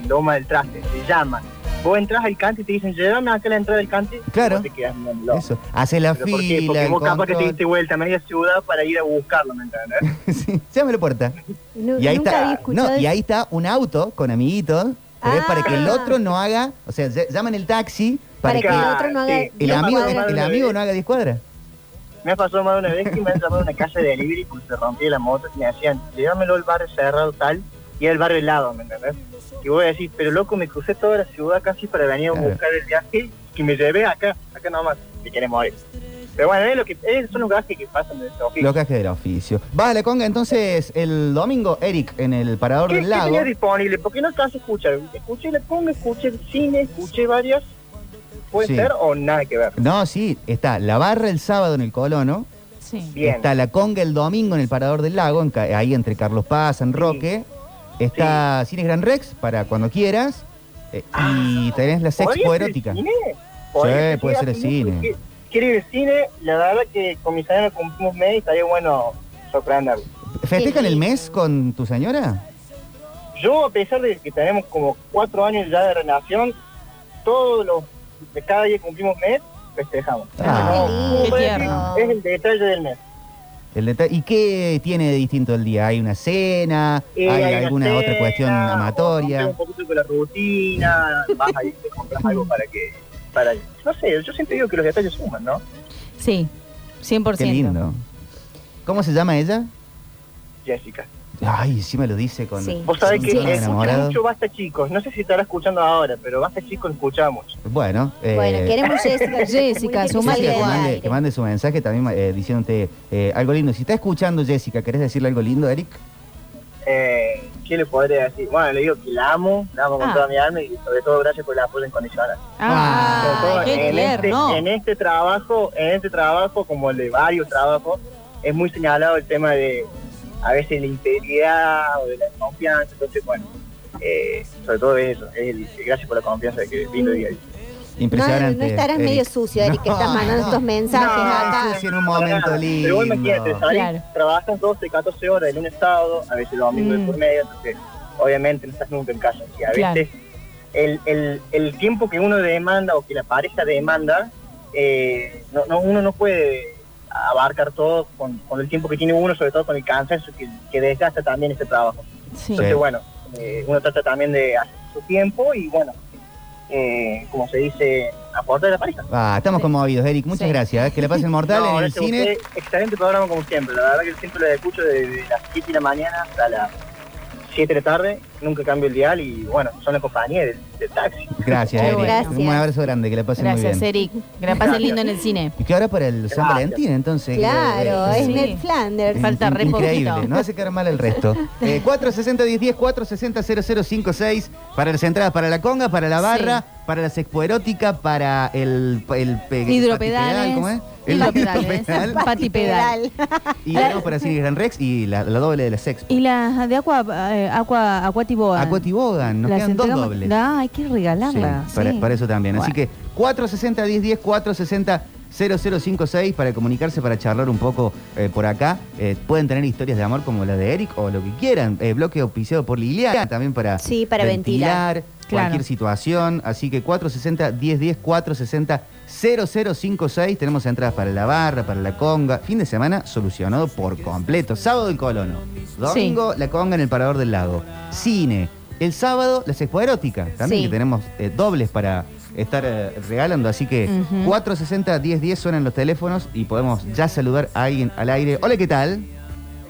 [SPEAKER 11] loma del traste, te llaman. Vos entras al cante y te dicen, llévame acá a la entrada del cante.
[SPEAKER 2] Claro.
[SPEAKER 11] Y vos te quedas mirándolo.
[SPEAKER 2] Eso. Haces la
[SPEAKER 11] ¿Pero
[SPEAKER 2] fila.
[SPEAKER 11] por qué? Porque
[SPEAKER 2] el
[SPEAKER 11] vos capaz que te
[SPEAKER 2] control.
[SPEAKER 11] diste vuelta a media ciudad para ir a buscarlo,
[SPEAKER 2] *laughs*
[SPEAKER 11] ¿me entendés?
[SPEAKER 2] Sí, llévame a la puerta.
[SPEAKER 6] Nu-
[SPEAKER 2] Y ahí,
[SPEAKER 6] nunca había
[SPEAKER 2] está,
[SPEAKER 6] escuchado
[SPEAKER 2] no, y
[SPEAKER 6] eso.
[SPEAKER 2] ahí está un auto con amiguitos, pero es para que el
[SPEAKER 6] Ah.
[SPEAKER 2] otro no haga, o sea, ll- llaman el taxi
[SPEAKER 6] Para
[SPEAKER 2] para,
[SPEAKER 6] que el otro no haga...
[SPEAKER 11] Sí.
[SPEAKER 2] que el
[SPEAKER 11] no
[SPEAKER 2] amigo,
[SPEAKER 11] pasa nada.
[SPEAKER 2] el amigo no haga 10 cuadras.
[SPEAKER 11] Me ha pasado más de una vez que me han llamado a una casa de delivery porque se rompía la moto y me decían, llévamelo al barrio cerrado tal y al barrio helado, ¿me entendés? Y voy a decir, pero loco, me crucé toda la ciudad casi para venir a
[SPEAKER 2] Claro.
[SPEAKER 11] buscar el viaje que me llevé acá, acá nomás, si querés morir. Pero bueno, es lo que, es- son los gajes que pasan de este oficio.
[SPEAKER 2] Los cajes del oficio. Vas a la conga entonces el domingo, Eric, en el parador
[SPEAKER 11] ¿Qué,
[SPEAKER 2] del
[SPEAKER 11] qué
[SPEAKER 2] lago.
[SPEAKER 11] tenía disponible? ¿Por qué no estás escuchar? Escuché la pongo, escuché el cine, escuché varias. ¿Puede
[SPEAKER 2] Sí.
[SPEAKER 11] ser o nada que ver?
[SPEAKER 2] No, sí, está la barra el sábado en el Colono,
[SPEAKER 3] Sí.
[SPEAKER 11] Bien.
[SPEAKER 2] está la conga el domingo en el parador del lago, en ca- ahí entre Carlos Paz, San Roque, está Cines Gran Rex para cuando quieras, eh, y tenés la
[SPEAKER 11] Ah, ¿Podría
[SPEAKER 2] sexo
[SPEAKER 11] ser
[SPEAKER 2] erótica.
[SPEAKER 11] cine? Podría
[SPEAKER 2] Sí, puede ser
[SPEAKER 11] hace
[SPEAKER 2] el
[SPEAKER 11] mucho
[SPEAKER 2] cine.
[SPEAKER 11] que- Quiero ir al cine, la verdad que con mi señora cumplimos mes y estaría bueno sorprenderlo.
[SPEAKER 2] ¿Festejan
[SPEAKER 3] Qué
[SPEAKER 2] el
[SPEAKER 3] lindo.
[SPEAKER 2] mes con tu señora?
[SPEAKER 11] Yo, a pesar de que tenemos como cuatro años ya de relación, todos los de cada día que cumplimos mes, festejamos.
[SPEAKER 2] Ah,
[SPEAKER 11] Como
[SPEAKER 3] qué
[SPEAKER 11] puede
[SPEAKER 3] tierno.
[SPEAKER 11] decir, Es el detalle del mes.
[SPEAKER 2] El deta- ¿Y qué tiene de distinto el día? ¿Hay una cena?
[SPEAKER 11] Eh,
[SPEAKER 2] ¿Hay,
[SPEAKER 11] una
[SPEAKER 2] alguna
[SPEAKER 11] cena,
[SPEAKER 2] otra cuestión
[SPEAKER 11] o rompes
[SPEAKER 2] amatoria?
[SPEAKER 11] Un poquito con la rutina, vas ahí, te compras algo para que... Para, no sé, yo siempre digo que los detalles suman, ¿no?
[SPEAKER 3] Sí, 100%.
[SPEAKER 2] Qué lindo. ¿Cómo se llama ella?
[SPEAKER 11] Jessica.
[SPEAKER 2] Ay, encima lo dice con...
[SPEAKER 6] Sí.
[SPEAKER 11] Vos sabés que
[SPEAKER 2] Sí,
[SPEAKER 11] escucha
[SPEAKER 2] enamorado.
[SPEAKER 11] mucho Basta Chicos. No sé si estará escuchando ahora, pero Basta Chicos escucha mucho.
[SPEAKER 2] Bueno, eh,
[SPEAKER 6] Bueno, queremos Jessica.
[SPEAKER 3] Jessica,
[SPEAKER 2] Jessica,
[SPEAKER 3] sumale
[SPEAKER 2] que,
[SPEAKER 3] al
[SPEAKER 2] mande,
[SPEAKER 6] aire.
[SPEAKER 2] que mande su mensaje también eh, diciéndote eh, algo lindo. Si está escuchando Jessica, ¿querés decirle algo lindo, Eric?
[SPEAKER 11] Eh, ¿Qué le podría decir? Bueno, le digo que la amo, la amo con
[SPEAKER 3] Ah.
[SPEAKER 11] toda mi alma y sobre todo gracias por el apoyo incondicional. Sobre todo
[SPEAKER 3] Ah, qué
[SPEAKER 11] en, este,
[SPEAKER 3] tierno.
[SPEAKER 11] en este trabajo, en este trabajo, como el de varios trabajos, es muy señalado el tema de a veces la integridad o de la confianza. Entonces, bueno, eh, sobre todo es eso, es el- gracias por la confianza que vino día a día.
[SPEAKER 6] No, no
[SPEAKER 2] Impresionante.
[SPEAKER 6] estarás
[SPEAKER 2] Eric.
[SPEAKER 6] medio sucio, Eric, que estás
[SPEAKER 2] No,
[SPEAKER 6] mandando
[SPEAKER 2] no.
[SPEAKER 6] estos mensajes
[SPEAKER 11] No,
[SPEAKER 6] acá.
[SPEAKER 2] sucio Ah, en un momento
[SPEAKER 11] Pero vos
[SPEAKER 2] lindo.
[SPEAKER 11] imagínate, salís,
[SPEAKER 3] Claro.
[SPEAKER 11] trabajas 12, 14 horas de lunes a sábado, a veces los domingos
[SPEAKER 3] Mm.
[SPEAKER 11] de por medio, entonces obviamente no estás nunca en casa. Y a
[SPEAKER 3] Claro.
[SPEAKER 11] veces el, el, el tiempo que uno demanda o que la pareja demanda, eh, no, no- uno no puede abarcar todo con, con el tiempo que tiene uno, sobre todo con el cansancio que, que desgasta también este trabajo.
[SPEAKER 3] Sí.
[SPEAKER 11] Entonces, bueno, eh, uno trata también de hacer su tiempo y bueno, eh, como se dice, aportar a la pareja.
[SPEAKER 2] Ah, estamos conmovidos, Eric. Muchas
[SPEAKER 3] Sí.
[SPEAKER 2] gracias. Que la pasen mortal
[SPEAKER 11] *laughs* No,
[SPEAKER 2] en el
[SPEAKER 11] gracias a
[SPEAKER 2] cine.
[SPEAKER 11] usted. Excelente programa como siempre. La verdad que siempre lo escucho desde las 7 de la mañana hasta las 7 de la tarde. Nunca cambio el dial y bueno, son la compañía del, del taxi.
[SPEAKER 2] Gracias,
[SPEAKER 3] Qué
[SPEAKER 2] Eric.
[SPEAKER 3] bueno.
[SPEAKER 2] Un abrazo grande, que la pasen muy
[SPEAKER 3] Gracias,
[SPEAKER 2] bien.
[SPEAKER 3] Eric. Que la pasen lindo en el cine.
[SPEAKER 2] Y que ahora para *laughs* el San
[SPEAKER 11] Gracias.
[SPEAKER 2] Valentín, entonces.
[SPEAKER 6] Claro,
[SPEAKER 2] Eh, eh,
[SPEAKER 6] es
[SPEAKER 3] Sí.
[SPEAKER 6] Ned Flanders.
[SPEAKER 3] Falta re
[SPEAKER 2] Increíble,
[SPEAKER 3] poquito.
[SPEAKER 2] no hace quedar mal
[SPEAKER 3] *laughs*
[SPEAKER 2] el resto. Eh, 460-1010, 460-0056, para las entradas para la conga, para la barra, para la sexpoerótica, para el... el pe- patipedal,
[SPEAKER 3] Hidropedales.
[SPEAKER 2] ¿cómo es? El
[SPEAKER 3] Hidropedales.
[SPEAKER 2] *laughs* patipedal.
[SPEAKER 3] *laughs* Patipedal.
[SPEAKER 2] y tenemos para Cine Gran Rex y la, la doble de la sexpo.
[SPEAKER 3] Y las de Aqua, eh, Aqua, Aquatiboa.
[SPEAKER 2] Aquatibogan, nos
[SPEAKER 3] ah, Las
[SPEAKER 2] quedan dos
[SPEAKER 3] entregamos-
[SPEAKER 2] dobles.
[SPEAKER 3] Ah, hay que regalarlas.
[SPEAKER 2] Sí, para,
[SPEAKER 3] sí.
[SPEAKER 2] para eso también. Así
[SPEAKER 3] Bueno.
[SPEAKER 2] que 460-1010, 460-0056 para comunicarse, para charlar un poco eh, por acá. Eh, pueden tener historias de amor como la de Eric o lo que quieran. Eh, bloque auspiciado por Liliana también para,
[SPEAKER 6] Sí, para ventilar.
[SPEAKER 3] Claro.
[SPEAKER 2] cualquier situación. Así que 460-1010, 460-0056. Tenemos entradas para la barra, para la conga. Fin de semana solucionado por completo. Sábado el colono. Domingo la conga en el parador del lago. Cine. El sábado la sexpo erótica. También
[SPEAKER 3] Sí.
[SPEAKER 2] que tenemos eh, dobles para estar eh, regalando. Así que
[SPEAKER 3] Ujú.
[SPEAKER 2] 460-1010 suenan los teléfonos y podemos ya saludar a alguien al aire. Hola, ¿qué tal?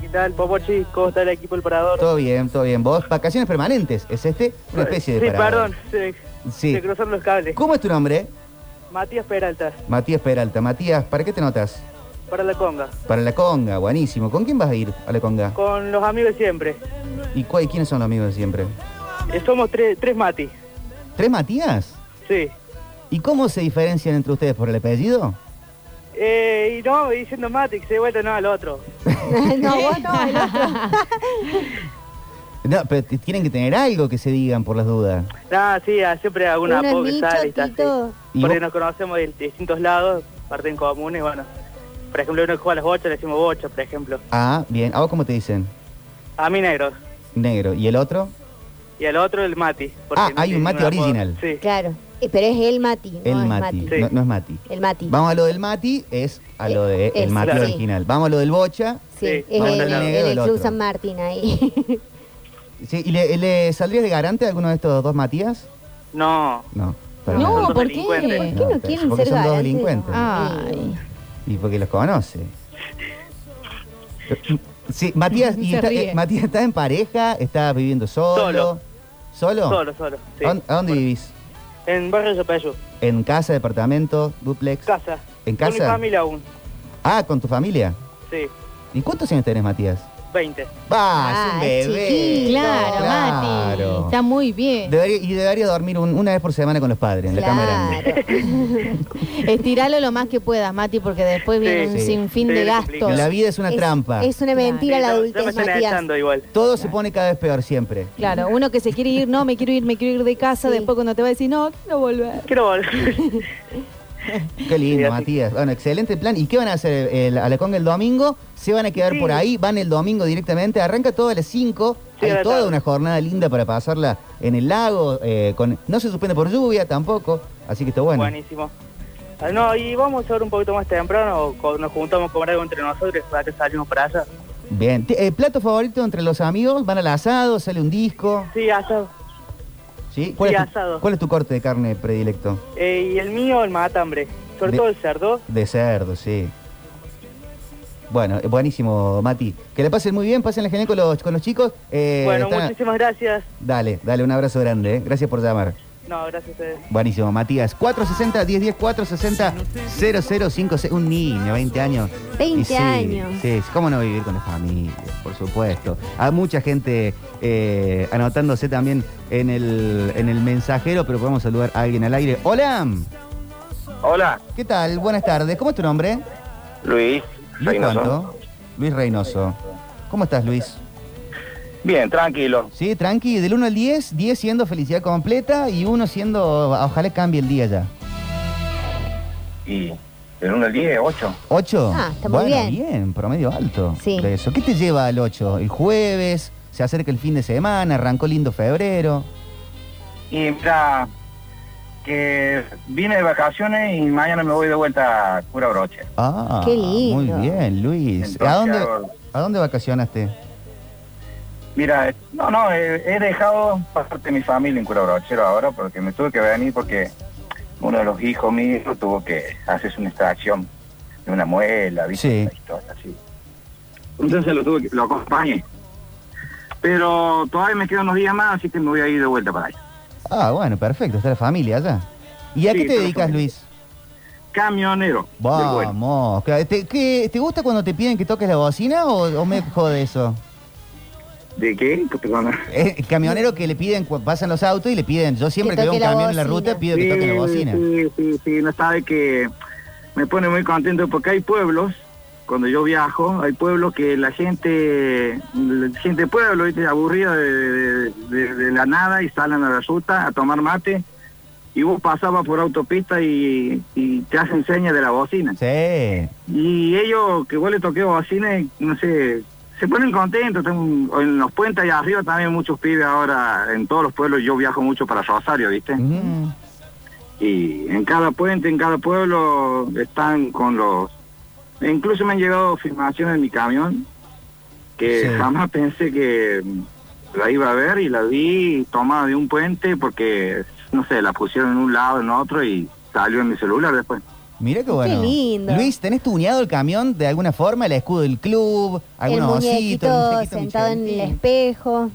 [SPEAKER 11] ¿Qué tal, Popo ¿Cómo está el equipo El Parador?
[SPEAKER 2] Todo bien, todo bien. ¿Vos? Vacaciones permanentes. ¿Es este? Una especie de parador.
[SPEAKER 11] se,
[SPEAKER 2] Sí.
[SPEAKER 11] cruzaron los cables.
[SPEAKER 2] ¿Cómo es tu nombre?
[SPEAKER 11] Matías Peralta.
[SPEAKER 2] Matías Peralta. Matías, ¿para qué te notas?
[SPEAKER 12] para la conga.
[SPEAKER 2] Para la conga, buenísimo. ¿Con quién vas a ir a la conga?
[SPEAKER 12] Con los amigos de siempre.
[SPEAKER 2] ¿Y cuál- quiénes son los amigos de siempre?
[SPEAKER 12] Eh, Somos tres, tres Mati.
[SPEAKER 2] ¿Tres Matías?
[SPEAKER 12] Sí.
[SPEAKER 2] ¿Y cómo se diferencian entre ustedes? ¿Por el apellido?
[SPEAKER 12] Eh, y no vamos diciendo Mati, que se dé vuelta no al otro.
[SPEAKER 6] *laughs* no, vos no, el otro.
[SPEAKER 12] *laughs*
[SPEAKER 2] No, pero t- tienen que tener algo que se digan por las dudas.
[SPEAKER 12] Nah, sí, ah, siempre alguna
[SPEAKER 6] Uno es
[SPEAKER 12] apodo que
[SPEAKER 6] Micho,
[SPEAKER 12] sale y está así.
[SPEAKER 6] Tito.
[SPEAKER 2] ¿Y
[SPEAKER 12] Porque
[SPEAKER 2] vos?
[SPEAKER 12] nos conocemos de distintos lados, partes en comunes, bueno. Por ejemplo, uno que juega a las bochas, le decimos bocha, por ejemplo.
[SPEAKER 2] Ah, bien. ¿A vos cómo te dicen?
[SPEAKER 12] A mí negro.
[SPEAKER 2] Negro. ¿Y el otro?
[SPEAKER 12] Y al otro el Mati. porque
[SPEAKER 2] Ah,
[SPEAKER 12] no
[SPEAKER 2] hay un
[SPEAKER 12] tiene
[SPEAKER 2] Mati
[SPEAKER 12] ningún apodo.
[SPEAKER 2] original.
[SPEAKER 12] Sí.
[SPEAKER 6] Claro. Eh, pero es el Mati.
[SPEAKER 2] el
[SPEAKER 6] no es
[SPEAKER 2] Mati.
[SPEAKER 6] Mati.
[SPEAKER 2] No, no es Mati.
[SPEAKER 6] El Mati.
[SPEAKER 2] Vamos a lo del Mati, es a lo de
[SPEAKER 6] es,
[SPEAKER 2] el Mati
[SPEAKER 6] claro.
[SPEAKER 2] original. Vamos a lo del Bocha.
[SPEAKER 6] Sí, es
[SPEAKER 2] Vamos
[SPEAKER 6] el,
[SPEAKER 2] al
[SPEAKER 6] en
[SPEAKER 2] negro
[SPEAKER 6] el
[SPEAKER 2] del
[SPEAKER 6] Club
[SPEAKER 2] otro.
[SPEAKER 6] San Martín ahí.
[SPEAKER 2] Sí, ¿Y le, le saldrías de garante a alguno de estos dos Matías?
[SPEAKER 12] No.
[SPEAKER 2] No. para
[SPEAKER 12] No,
[SPEAKER 2] nada.
[SPEAKER 12] ¿por qué? delincuentes. ¿Por
[SPEAKER 6] qué no quieren
[SPEAKER 2] porque
[SPEAKER 6] ser
[SPEAKER 2] son dos
[SPEAKER 6] garantes?
[SPEAKER 2] delincuentes.
[SPEAKER 3] Ay.
[SPEAKER 2] Y porque los conoce. Sí, Matías, y
[SPEAKER 3] Se
[SPEAKER 2] está,
[SPEAKER 3] ríe.
[SPEAKER 2] eh, Matías, ¿estás en pareja? ¿Estás viviendo solo?
[SPEAKER 12] Solo.
[SPEAKER 2] ¿Solo?
[SPEAKER 12] Solo, solo. sí.
[SPEAKER 2] ¿A dón- ¿A dónde vivís?
[SPEAKER 12] En Barrio Yapayú,
[SPEAKER 2] ¿En casa, departamento, duplex?
[SPEAKER 12] casa.
[SPEAKER 2] ¿En
[SPEAKER 12] Con mi
[SPEAKER 2] casa?
[SPEAKER 12] familia aún.
[SPEAKER 2] Ah, con tu familia.
[SPEAKER 12] Sí,
[SPEAKER 2] ¿Y cuántos años tenés, Matías? Va,
[SPEAKER 12] 20.
[SPEAKER 2] es un
[SPEAKER 6] Ah,
[SPEAKER 2] bebé.
[SPEAKER 6] chiquito.
[SPEAKER 3] Claro, Mati.
[SPEAKER 2] Claro.
[SPEAKER 3] Está muy bien.
[SPEAKER 2] Debería- y debería dormir un- una vez por semana con los padres en la cama grande.
[SPEAKER 6] Claro.
[SPEAKER 3] Estiralo lo más que puedas, Mati, porque después viene
[SPEAKER 12] Sí,
[SPEAKER 3] un
[SPEAKER 2] sí.
[SPEAKER 3] sinfín
[SPEAKER 12] Sí,
[SPEAKER 3] de
[SPEAKER 12] es
[SPEAKER 3] gastos.
[SPEAKER 12] complicado.
[SPEAKER 2] La vida es una
[SPEAKER 6] Es-
[SPEAKER 2] trampa.
[SPEAKER 6] Es una mentira
[SPEAKER 12] Sí,
[SPEAKER 6] la
[SPEAKER 12] ya-
[SPEAKER 6] adultez,
[SPEAKER 12] ya me están
[SPEAKER 6] Matías.
[SPEAKER 12] echando igual.
[SPEAKER 2] Todo se pone cada vez peor siempre.
[SPEAKER 3] Claro, uno que se quiere ir, no, me quiero ir, me quiero ir de casa,
[SPEAKER 6] Sí.
[SPEAKER 3] después cuando te va a decir, no, quiero volver.
[SPEAKER 12] Quiero volver.
[SPEAKER 2] Qué lindo,
[SPEAKER 12] Sí, así.
[SPEAKER 2] Matías. Bueno, excelente plan. ¿Y qué van a hacer eh, el, a la conga el domingo? ¿Se van a quedar
[SPEAKER 12] Sí.
[SPEAKER 2] por ahí? ¿Van el domingo directamente? Arranca todo a las 5.
[SPEAKER 12] Sí, a
[SPEAKER 2] Hay
[SPEAKER 12] la
[SPEAKER 2] toda
[SPEAKER 12] tarde.
[SPEAKER 2] una jornada linda para pasarla en el lago. eh, con, no se suspende por lluvia tampoco. Así que está bueno.
[SPEAKER 12] Buenísimo. Ah, No, y vamos ahora un poquito más temprano, o co- nos juntamos a comer algo entre nosotros, para que salimos para allá.
[SPEAKER 2] Bien. Te- eh, ¿Plato favorito entre los amigos? ¿Van al asado? ¿Sale un disco?
[SPEAKER 12] Sí, asado.
[SPEAKER 2] ¿Sí? ¿Cuál,
[SPEAKER 12] Sí,
[SPEAKER 2] es, tu,
[SPEAKER 12] asado.
[SPEAKER 2] cuál es tu corte de carne predilecto?
[SPEAKER 12] Eh, y el mío, el matambre. Sobre
[SPEAKER 2] De-
[SPEAKER 12] todo el cerdo.
[SPEAKER 2] De cerdo, sí. Bueno, eh, buenísimo, Mati. Que le pasen muy bien, pasen la genial con los, con los chicos. Eh,
[SPEAKER 12] bueno,
[SPEAKER 2] están-
[SPEAKER 12] muchísimas gracias.
[SPEAKER 2] Dale, dale, un abrazo grande. ¿eh? Gracias por llamar.
[SPEAKER 12] No, gracias a ustedes.
[SPEAKER 2] Buenísimo, Matías. 460-1010, 460-0056. Un niño, 20 años.
[SPEAKER 6] 20
[SPEAKER 2] Y sí,
[SPEAKER 6] años.
[SPEAKER 2] Sí, cómo no vivir con la familia, por supuesto. Hay mucha gente eh, anotándose también en el, en el mensajero, pero podemos saludar a alguien al aire. Hola,
[SPEAKER 13] Hola,
[SPEAKER 2] ¿qué tal? Buenas tardes. ¿Cómo es tu nombre?
[SPEAKER 13] Luis.
[SPEAKER 2] Luis
[SPEAKER 13] Reynoso.
[SPEAKER 2] cuánto? Luis Reynoso. ¿Cómo estás, Luis?
[SPEAKER 13] Bien, tranquilo.
[SPEAKER 2] Sí, tranqui, del 1 al 10, 10 siendo felicidad completa y 1 siendo, ah, ojalá cambie el día ya.
[SPEAKER 13] Y del 1 al 10, 8.
[SPEAKER 2] ¿Ocho?
[SPEAKER 6] Ah, está muy
[SPEAKER 2] bueno,
[SPEAKER 6] bien.
[SPEAKER 2] promedio alto.
[SPEAKER 6] Sí.
[SPEAKER 2] De eso. ¿Qué te lleva al 8? El jueves, se acerca el fin de semana, arrancó lindo febrero.
[SPEAKER 13] Y mira, que vine de vacaciones y mañana me voy de vuelta a Cura Broche.
[SPEAKER 2] Ah,
[SPEAKER 6] Qué lindo.
[SPEAKER 2] Muy bien, Luis.
[SPEAKER 13] Entonces,
[SPEAKER 2] ¿A, dónde,
[SPEAKER 13] hago-
[SPEAKER 2] ¿A dónde vacacionaste?
[SPEAKER 13] Mira, no, no, he, he dejado parte de mi familia en Cura Brochero ahora porque me tuve que venir porque uno de los hijos míos tuvo que hacerse una extracción de una muela, ¿viste?
[SPEAKER 2] Sí.
[SPEAKER 13] Y todo así. Entonces lo tuve que, lo acompañé. Pero todavía me quedan unos días más, así que me voy a ir de vuelta para allá.
[SPEAKER 2] Ah, bueno, perfecto, está la familia allá. ¿Y a
[SPEAKER 13] Sí,
[SPEAKER 2] qué te
[SPEAKER 13] está la
[SPEAKER 2] dedicas,
[SPEAKER 13] familia.
[SPEAKER 2] Luis?
[SPEAKER 13] camionero. del bueno.
[SPEAKER 2] Vamos. claro, ¿Te, qué- te gusta cuando te piden que toques la bocina o, o me jode eso?
[SPEAKER 13] ¿De qué? Perdona.
[SPEAKER 2] Eh, El camionero que le piden, cu- pasan los autos y le piden, yo siempre
[SPEAKER 6] Que
[SPEAKER 2] que, veo un
[SPEAKER 6] toque la
[SPEAKER 2] camión en la
[SPEAKER 6] bocina.
[SPEAKER 2] ruta pido que toque la bocina.
[SPEAKER 13] Sí, sí, sí, no sabe que me pone muy contento porque hay pueblos, cuando yo viajo, hay pueblos que la gente, la gente de pueblo, ¿viste? aburrida de, de- de- de la nada y salen a la ruta a tomar mate y vos pasabas por autopista y, y te hacen señas de la bocina.
[SPEAKER 2] Sí.
[SPEAKER 13] Y ellos que vos le toqué bocina, no sé, se ponen contentos. Tengo un- en los puentes allá arriba también muchos pibes ahora, en todos los pueblos, yo viajo mucho para Rosario, ¿viste?
[SPEAKER 2] Mm.
[SPEAKER 13] Y en cada puente, en cada pueblo están con los... e Incluso me han llegado filmaciones en mi camión que
[SPEAKER 2] Sí.
[SPEAKER 13] jamás pensé que la iba a ver y la vi tomada de un puente porque, no sé, la pusieron en un lado, en otro y salió en mi celular después.
[SPEAKER 2] Mira qué bueno.
[SPEAKER 6] lindo.
[SPEAKER 2] Luis, ¿tenés tuneado el camión de alguna forma? El escudo del club,
[SPEAKER 6] El
[SPEAKER 2] algunos
[SPEAKER 6] muñequito
[SPEAKER 2] ositos, el muñequito
[SPEAKER 6] sentado en el
[SPEAKER 2] Michelin.
[SPEAKER 6] espejo.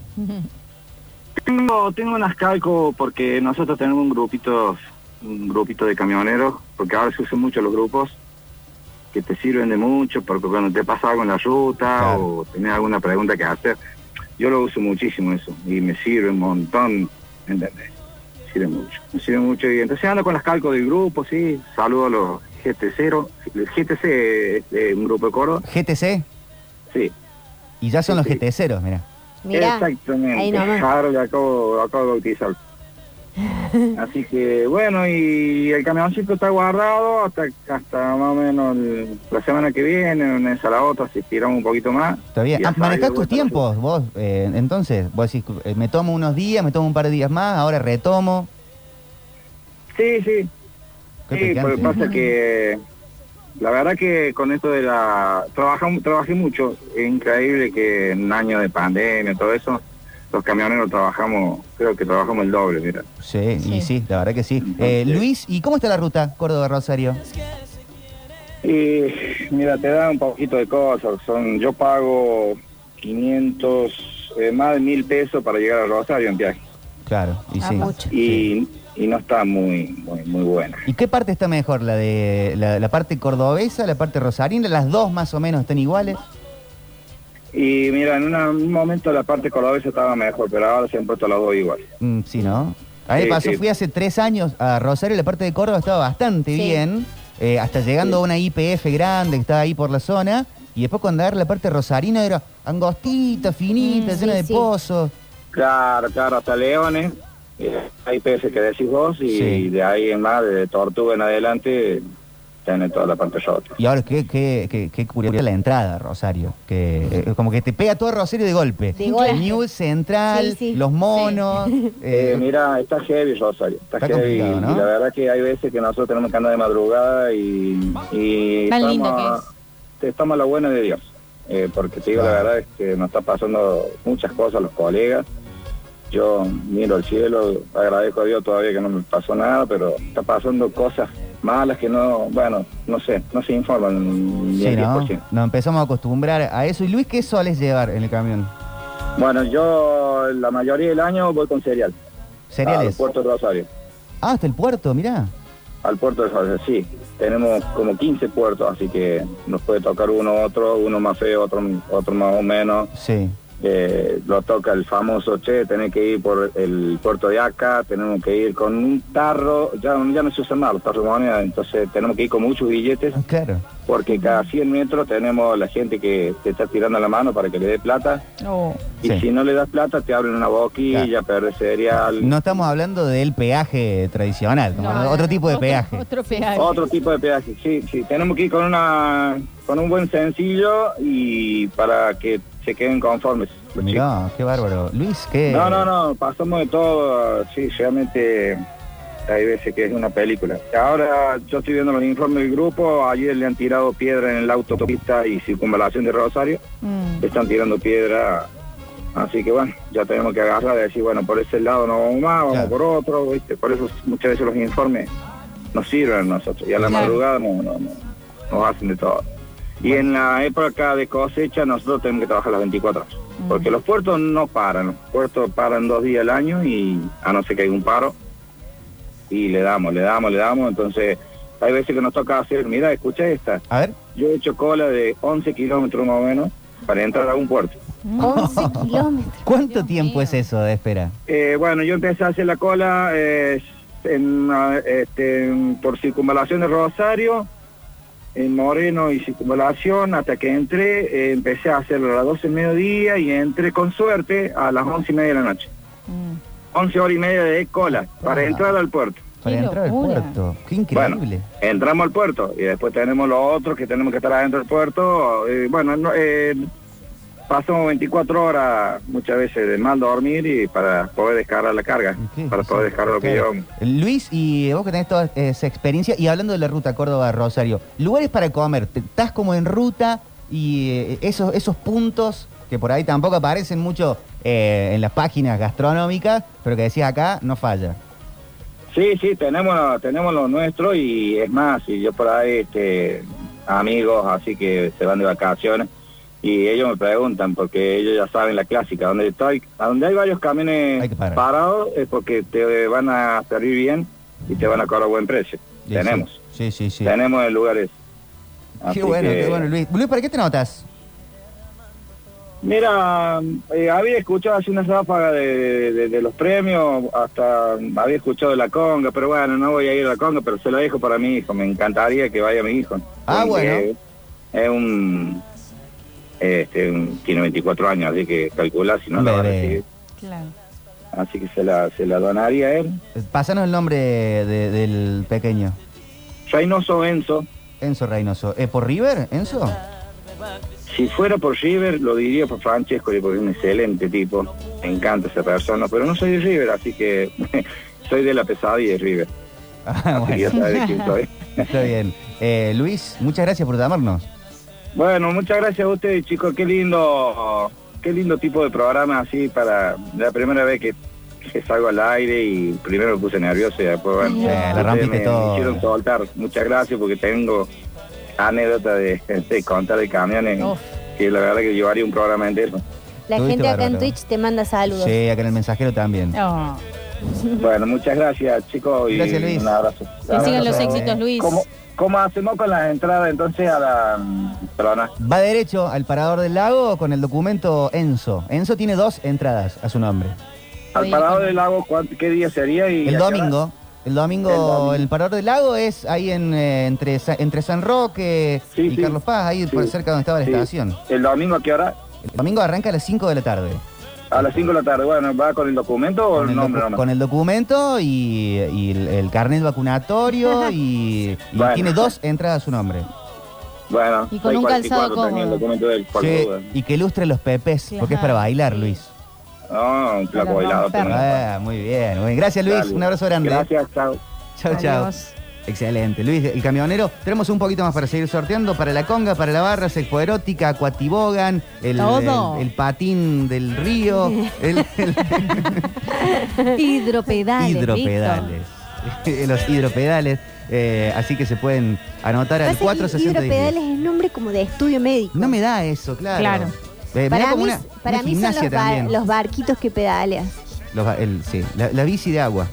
[SPEAKER 13] Tengo, tengo unas calco porque nosotros tenemos un grupito, un grupito de camioneros, porque ahora se usan mucho los grupos, que que te sirven de mucho, porque cuando te pasa algo en la ruta o tenés alguna pregunta que hacer, yo lo uso muchísimo eso y me sirve un montón, ¿entendés? Me sirve mucho, me sirve mucho. Y entonces ando con las calcos del grupo, sí, saludo a los GT0, el GTC es eh, un grupo de coro,
[SPEAKER 2] GTC.
[SPEAKER 13] sí.
[SPEAKER 2] Y ya son los GTceros, mira.
[SPEAKER 6] Mirá,
[SPEAKER 13] Exactamente.
[SPEAKER 6] ahí nomás.
[SPEAKER 13] Ahora lo acabo, lo acabo
[SPEAKER 6] *laughs*
[SPEAKER 13] de bautizar. Así que bueno, y el camioncito está guardado hasta, hasta más o menos el- la semana que viene, una ensaladota, si tiramos un poquito más.
[SPEAKER 2] Está bien.
[SPEAKER 13] Y
[SPEAKER 2] Ah,
[SPEAKER 13] hasta ahí
[SPEAKER 2] manejás
[SPEAKER 13] lo
[SPEAKER 2] tus
[SPEAKER 13] voy a estar
[SPEAKER 2] tiempos, vos. eh, entonces, vos decís, eh, me tomo unos días, me tomo un par de días más, ahora retomo.
[SPEAKER 13] Sí, sí.
[SPEAKER 2] Qué
[SPEAKER 13] Sí,
[SPEAKER 2] picante.
[SPEAKER 13] porque pasa que la verdad que con esto de la... Trabajé, trabajé mucho, es increíble que en año de pandemia, todo eso, los camioneros trabajamos, creo que trabajamos el doble, mira.
[SPEAKER 2] Sí, y sí, la verdad que sí. Eh, Luis, ¿y cómo está la ruta Córdoba-Rosario?
[SPEAKER 13] Y mira, te dan un poquito de cosas. Son, yo pago 500, eh, más de mil pesos para llegar a Rosario en viaje.
[SPEAKER 2] Claro, y sí.
[SPEAKER 13] Y, y no está muy, muy, muy buena.
[SPEAKER 2] ¿Y qué parte está mejor? ¿La de la, la parte cordobesa, la parte rosarina? ¿Las dos más o menos están iguales?
[SPEAKER 13] Y mira, en una- un momento la parte cordobesa estaba mejor, pero ahora se han puesto las dos igual.
[SPEAKER 2] Mm, sí, ¿no? A mí me
[SPEAKER 13] Sí,
[SPEAKER 2] pasó,
[SPEAKER 13] sí.
[SPEAKER 2] fui hace tres años a Rosario, la parte de Córdoba estaba bastante bien, eh, hasta llegando a una IPF grande que estaba ahí por la zona, y después cuando era la parte rosarina era angostita, finita,
[SPEAKER 6] Mm,
[SPEAKER 2] llena de pozos.
[SPEAKER 13] Claro, claro, hasta Leones. eh, Hay peces que decís vos y de ahí en más, de Tortuga en adelante, tienen toda la parte rota.
[SPEAKER 2] Y ahora qué, qué, qué, qué curiosa la entrada, a Rosario, que eh, como que te pega todo Rosario de golpe.
[SPEAKER 6] De golpe.
[SPEAKER 2] News Central,
[SPEAKER 6] Sí, sí. *laughs*
[SPEAKER 2] los monos. eh,
[SPEAKER 13] Eh, mira, está heavy Rosario, está,
[SPEAKER 2] Está
[SPEAKER 13] heavy.
[SPEAKER 2] complicado, ¿no?
[SPEAKER 13] Y la verdad que hay veces que nosotros tenemos que andar de madrugada y, y
[SPEAKER 14] Tan lindo
[SPEAKER 13] te- estamos a la buena de Dios. Eh, porque te digo, la verdad es que nos está pasando muchas cosas a los colegas. Yo miro al cielo, agradezco a Dios todavía que no me pasó nada, pero está pasando cosas malas que no, bueno, no sé, no se informan ni
[SPEAKER 2] sí,
[SPEAKER 13] el
[SPEAKER 2] ¿no?
[SPEAKER 13] 10%.
[SPEAKER 2] Nos empezamos a acostumbrar a eso. ¿Y Luis qué soles llevar en el camión?
[SPEAKER 13] Bueno, yo la mayoría del año voy con cereal.
[SPEAKER 2] Cereales.
[SPEAKER 13] Al puerto de Rosario.
[SPEAKER 2] Ah, hasta el puerto, mirá.
[SPEAKER 13] Al puerto de Rosario, sí. Tenemos como 15 puertos, así que nos puede tocar uno u otro, uno más feo, otro, otro más o menos.
[SPEAKER 2] Sí.
[SPEAKER 13] Eh, lo toca el famoso, che, tenés que ir por el puerto de Acá, tenemos que ir con un tarro, ya, ya no se usan más los tarros de moneda, entonces tenemos que ir con muchos billetes,
[SPEAKER 2] Ah, Claro.
[SPEAKER 13] porque cada 100 metros tenemos la gente que te está tirando la mano para que le dé plata, y
[SPEAKER 2] Sí.
[SPEAKER 13] si no le das plata te abren una boquilla, perdés cereal,
[SPEAKER 2] No estamos hablando del peaje tradicional, como otro tipo de peaje.
[SPEAKER 3] Otro peaje.
[SPEAKER 6] Oh.
[SPEAKER 13] Otro tipo de peaje, sí, sí. Tenemos que ir con una con un buen sencillo y para que se queden conformes. los
[SPEAKER 2] Mirá, qué bárbaro. Luis, qué.
[SPEAKER 13] chicos. No, no, no, pasamos de todo, sí, realmente hay veces que es una película. Ahora yo estoy viendo los informes del grupo, ayer le han tirado piedra en la autopista y circunvalación de Rosario,
[SPEAKER 7] 嗯
[SPEAKER 13] le están tirando piedra, así que bueno, ya tenemos que agarrar y decir, bueno, por ese lado no vamos más, vamos por otro, ¿viste? por eso muchas veces los informes nos sirven a nosotros. Y a la
[SPEAKER 15] Claro.
[SPEAKER 13] madrugada no, no, no, nos hacen de todo. Y en la época de cosecha nosotros tenemos que trabajar las 24 horas. Porque los puertos no paran. Los puertos paran dos días al año y a no ser que hay un paro. Y le damos, le damos, le damos. Entonces hay veces que nos toca hacer, mira, escucha esta.
[SPEAKER 2] A ver.
[SPEAKER 13] Yo he hecho cola de 11 kilómetros más o menos para entrar a un puerto.
[SPEAKER 2] *laughs*
[SPEAKER 6] 11 kilómetros.
[SPEAKER 2] ¿Cuánto tiempo es eso de espera?
[SPEAKER 13] Eh, bueno, yo empecé a hacer la cola eh, en, ah, este, en- por circunvalación de Rosario, en Moreno y circunvalación, hasta que entré, eh, empecé a hacerlo a las 12 del mediodía y entré con suerte a las 11 y media de la noche. 11 horas y media de cola para entrar al puerto.
[SPEAKER 2] Para entrar al puerto. Qué increíble.
[SPEAKER 13] Entramos al puerto y después tenemos los otros que tenemos que estar adentro del puerto. eh, bueno, no, eh, pasamos 24 horas muchas veces de mal dormir y para poder descargar la carga, para poder descargar lo que
[SPEAKER 2] Claro.
[SPEAKER 13] llevamos.
[SPEAKER 2] Luis, y vos que tenés toda esa experiencia, y hablando de la ruta Córdoba-Rosario, lugares para comer, te- estás como en ruta y eh, esos, esos puntos que por ahí tampoco aparecen mucho eh, en las páginas gastronómicas, pero que decías acá, no falla.
[SPEAKER 13] Sí, sí, tenemos, tenemos lo nuestro y es más, y yo por ahí, este, amigos, así que se van de vacaciones y ellos me preguntan porque ellos ya saben la clásica, donde estoy, a donde hay varios camiones parados es porque te van a servir bien y te van a cobrar buen precio.
[SPEAKER 2] Sí,
[SPEAKER 13] tenemos,
[SPEAKER 2] Sí, sí, sí.
[SPEAKER 13] tenemos en lugares.
[SPEAKER 2] Qué
[SPEAKER 13] Así
[SPEAKER 2] bueno,
[SPEAKER 13] que-
[SPEAKER 2] qué bueno, Luis. Luis, ¿para qué te notas?
[SPEAKER 13] Mira, eh, había escuchado así una ráfaga de, de- de los premios, hasta había escuchado la conga, pero bueno, no voy a ir a la conga, pero se lo dejo para mi hijo, me encantaría que vaya mi hijo.
[SPEAKER 2] Ah, bueno.
[SPEAKER 13] Eh, Es un, este, un- tiene 24 años, así que calcula si no lo va a recibir.
[SPEAKER 3] Claro.
[SPEAKER 13] Así que se la, se la donaría a él.
[SPEAKER 2] Pásanos el nombre de- del pequeño.
[SPEAKER 13] Reynoso Enzo.
[SPEAKER 2] Enzo Reynoso. ¿Eh, ¿Por River, Enzo?
[SPEAKER 3] Ah.
[SPEAKER 13] Si fuera por River, lo diría por Francesco, porque es un excelente tipo. Me encanta esa persona, pero no soy de River, así que *laughs* soy de la pesadilla de River.
[SPEAKER 2] *laughs* Ah,
[SPEAKER 13] Así que ya sabes quién soy.
[SPEAKER 2] *laughs* Está bien. Eh, Luis, muchas gracias por llamarnos.
[SPEAKER 13] Bueno, muchas gracias a ustedes, chicos. Qué lindo, qué lindo tipo de programa así para la primera vez que, que salgo al aire y primero me puse nervioso y después, bueno,
[SPEAKER 2] Sí, la
[SPEAKER 13] ustedes
[SPEAKER 2] rompiste
[SPEAKER 13] me, me
[SPEAKER 2] toda.
[SPEAKER 13] hicieron soltar. Muchas gracias porque tengo anécdota de, *laughs* de contar de camiones
[SPEAKER 6] Uf.
[SPEAKER 13] que la verdad que llevaría un
[SPEAKER 3] *laughs*
[SPEAKER 13] programa entero.
[SPEAKER 6] La
[SPEAKER 2] Tuviste
[SPEAKER 6] gente acá en
[SPEAKER 2] bárbaro.
[SPEAKER 6] Twitch te manda saludos.
[SPEAKER 2] Sí, Eh, acá en el mensajero también.
[SPEAKER 13] Bueno, muchas gracias, chicos. Y
[SPEAKER 2] Gracias, Luis.
[SPEAKER 13] Un abrazo.
[SPEAKER 3] Que sigan los
[SPEAKER 13] Abrazo.
[SPEAKER 3] éxitos, Luis.
[SPEAKER 13] ¿Cómo, cómo hacemos con las entradas entonces a la mm, trona?
[SPEAKER 2] Va derecho al parador del lago con el documento Enzo. Enzo tiene dos entradas a su nombre.
[SPEAKER 13] Al parado del lago, ¿cuán- ¿qué día sería? Y
[SPEAKER 2] El
[SPEAKER 13] a qué hora?
[SPEAKER 2] domingo. El domingo, el,
[SPEAKER 13] El domingo.
[SPEAKER 2] parador del lago es ahí en, eh, entre, Sa- entre San Roque y
[SPEAKER 13] sí.
[SPEAKER 2] Carlos Paz, ahí por
[SPEAKER 13] Sí.
[SPEAKER 2] cerca donde estaba la
[SPEAKER 13] Sí.
[SPEAKER 2] estación.
[SPEAKER 13] ¿El domingo a qué hora?
[SPEAKER 2] El domingo arranca a las 5 de la tarde.
[SPEAKER 13] A las 5 de la tarde. Bueno, ¿va con el documento o
[SPEAKER 2] Con
[SPEAKER 13] el
[SPEAKER 2] el,
[SPEAKER 13] nombre
[SPEAKER 2] docu-
[SPEAKER 13] nomás?
[SPEAKER 2] con el documento y, y el, el carnet vacunatorio y, y
[SPEAKER 13] Bueno.
[SPEAKER 2] tiene dos entradas a su nombre.
[SPEAKER 13] Bueno,
[SPEAKER 3] Y con
[SPEAKER 13] soy
[SPEAKER 3] un calzado
[SPEAKER 13] 44, tenía el
[SPEAKER 3] cómodo.
[SPEAKER 13] documento del cual
[SPEAKER 2] Sí,
[SPEAKER 13] duda.
[SPEAKER 2] y que ilustre los pepes, porque es para bailar, Luis.
[SPEAKER 13] Ah, un flaco bailado. pero no.
[SPEAKER 2] Ah, muy bien, muy bien. Gracias, Luis.
[SPEAKER 13] Dale.
[SPEAKER 2] Un abrazo grande.
[SPEAKER 13] Gracias, chao.
[SPEAKER 2] Chao, chao.
[SPEAKER 3] Adiós.
[SPEAKER 2] Excelente. Luis, el camionero. Tenemos un poquito más para seguir sorteando. Para la conga, para la barra, sexpoerótica, acuatibogan, el,
[SPEAKER 3] Todo.
[SPEAKER 2] el, el patín
[SPEAKER 6] *laughs*
[SPEAKER 2] del río, el, el
[SPEAKER 3] Hidropedales.
[SPEAKER 2] hidropedales. *laughs* Los hidropedales. Eh, así que se pueden anotar al
[SPEAKER 6] Pasa que
[SPEAKER 2] 460.
[SPEAKER 6] Hidropedales es nombre como de estudio médico.
[SPEAKER 2] No me da Ah, eso, claro.
[SPEAKER 3] Claro.
[SPEAKER 2] Eh, me da
[SPEAKER 6] Para
[SPEAKER 2] como
[SPEAKER 6] mí,
[SPEAKER 2] una-
[SPEAKER 6] para
[SPEAKER 2] una
[SPEAKER 6] mí son
[SPEAKER 2] gimnasia
[SPEAKER 6] los, bar-
[SPEAKER 2] también.
[SPEAKER 6] los barquitos que pedaleas.
[SPEAKER 2] Los ba- el- sí, la, la bici de agua.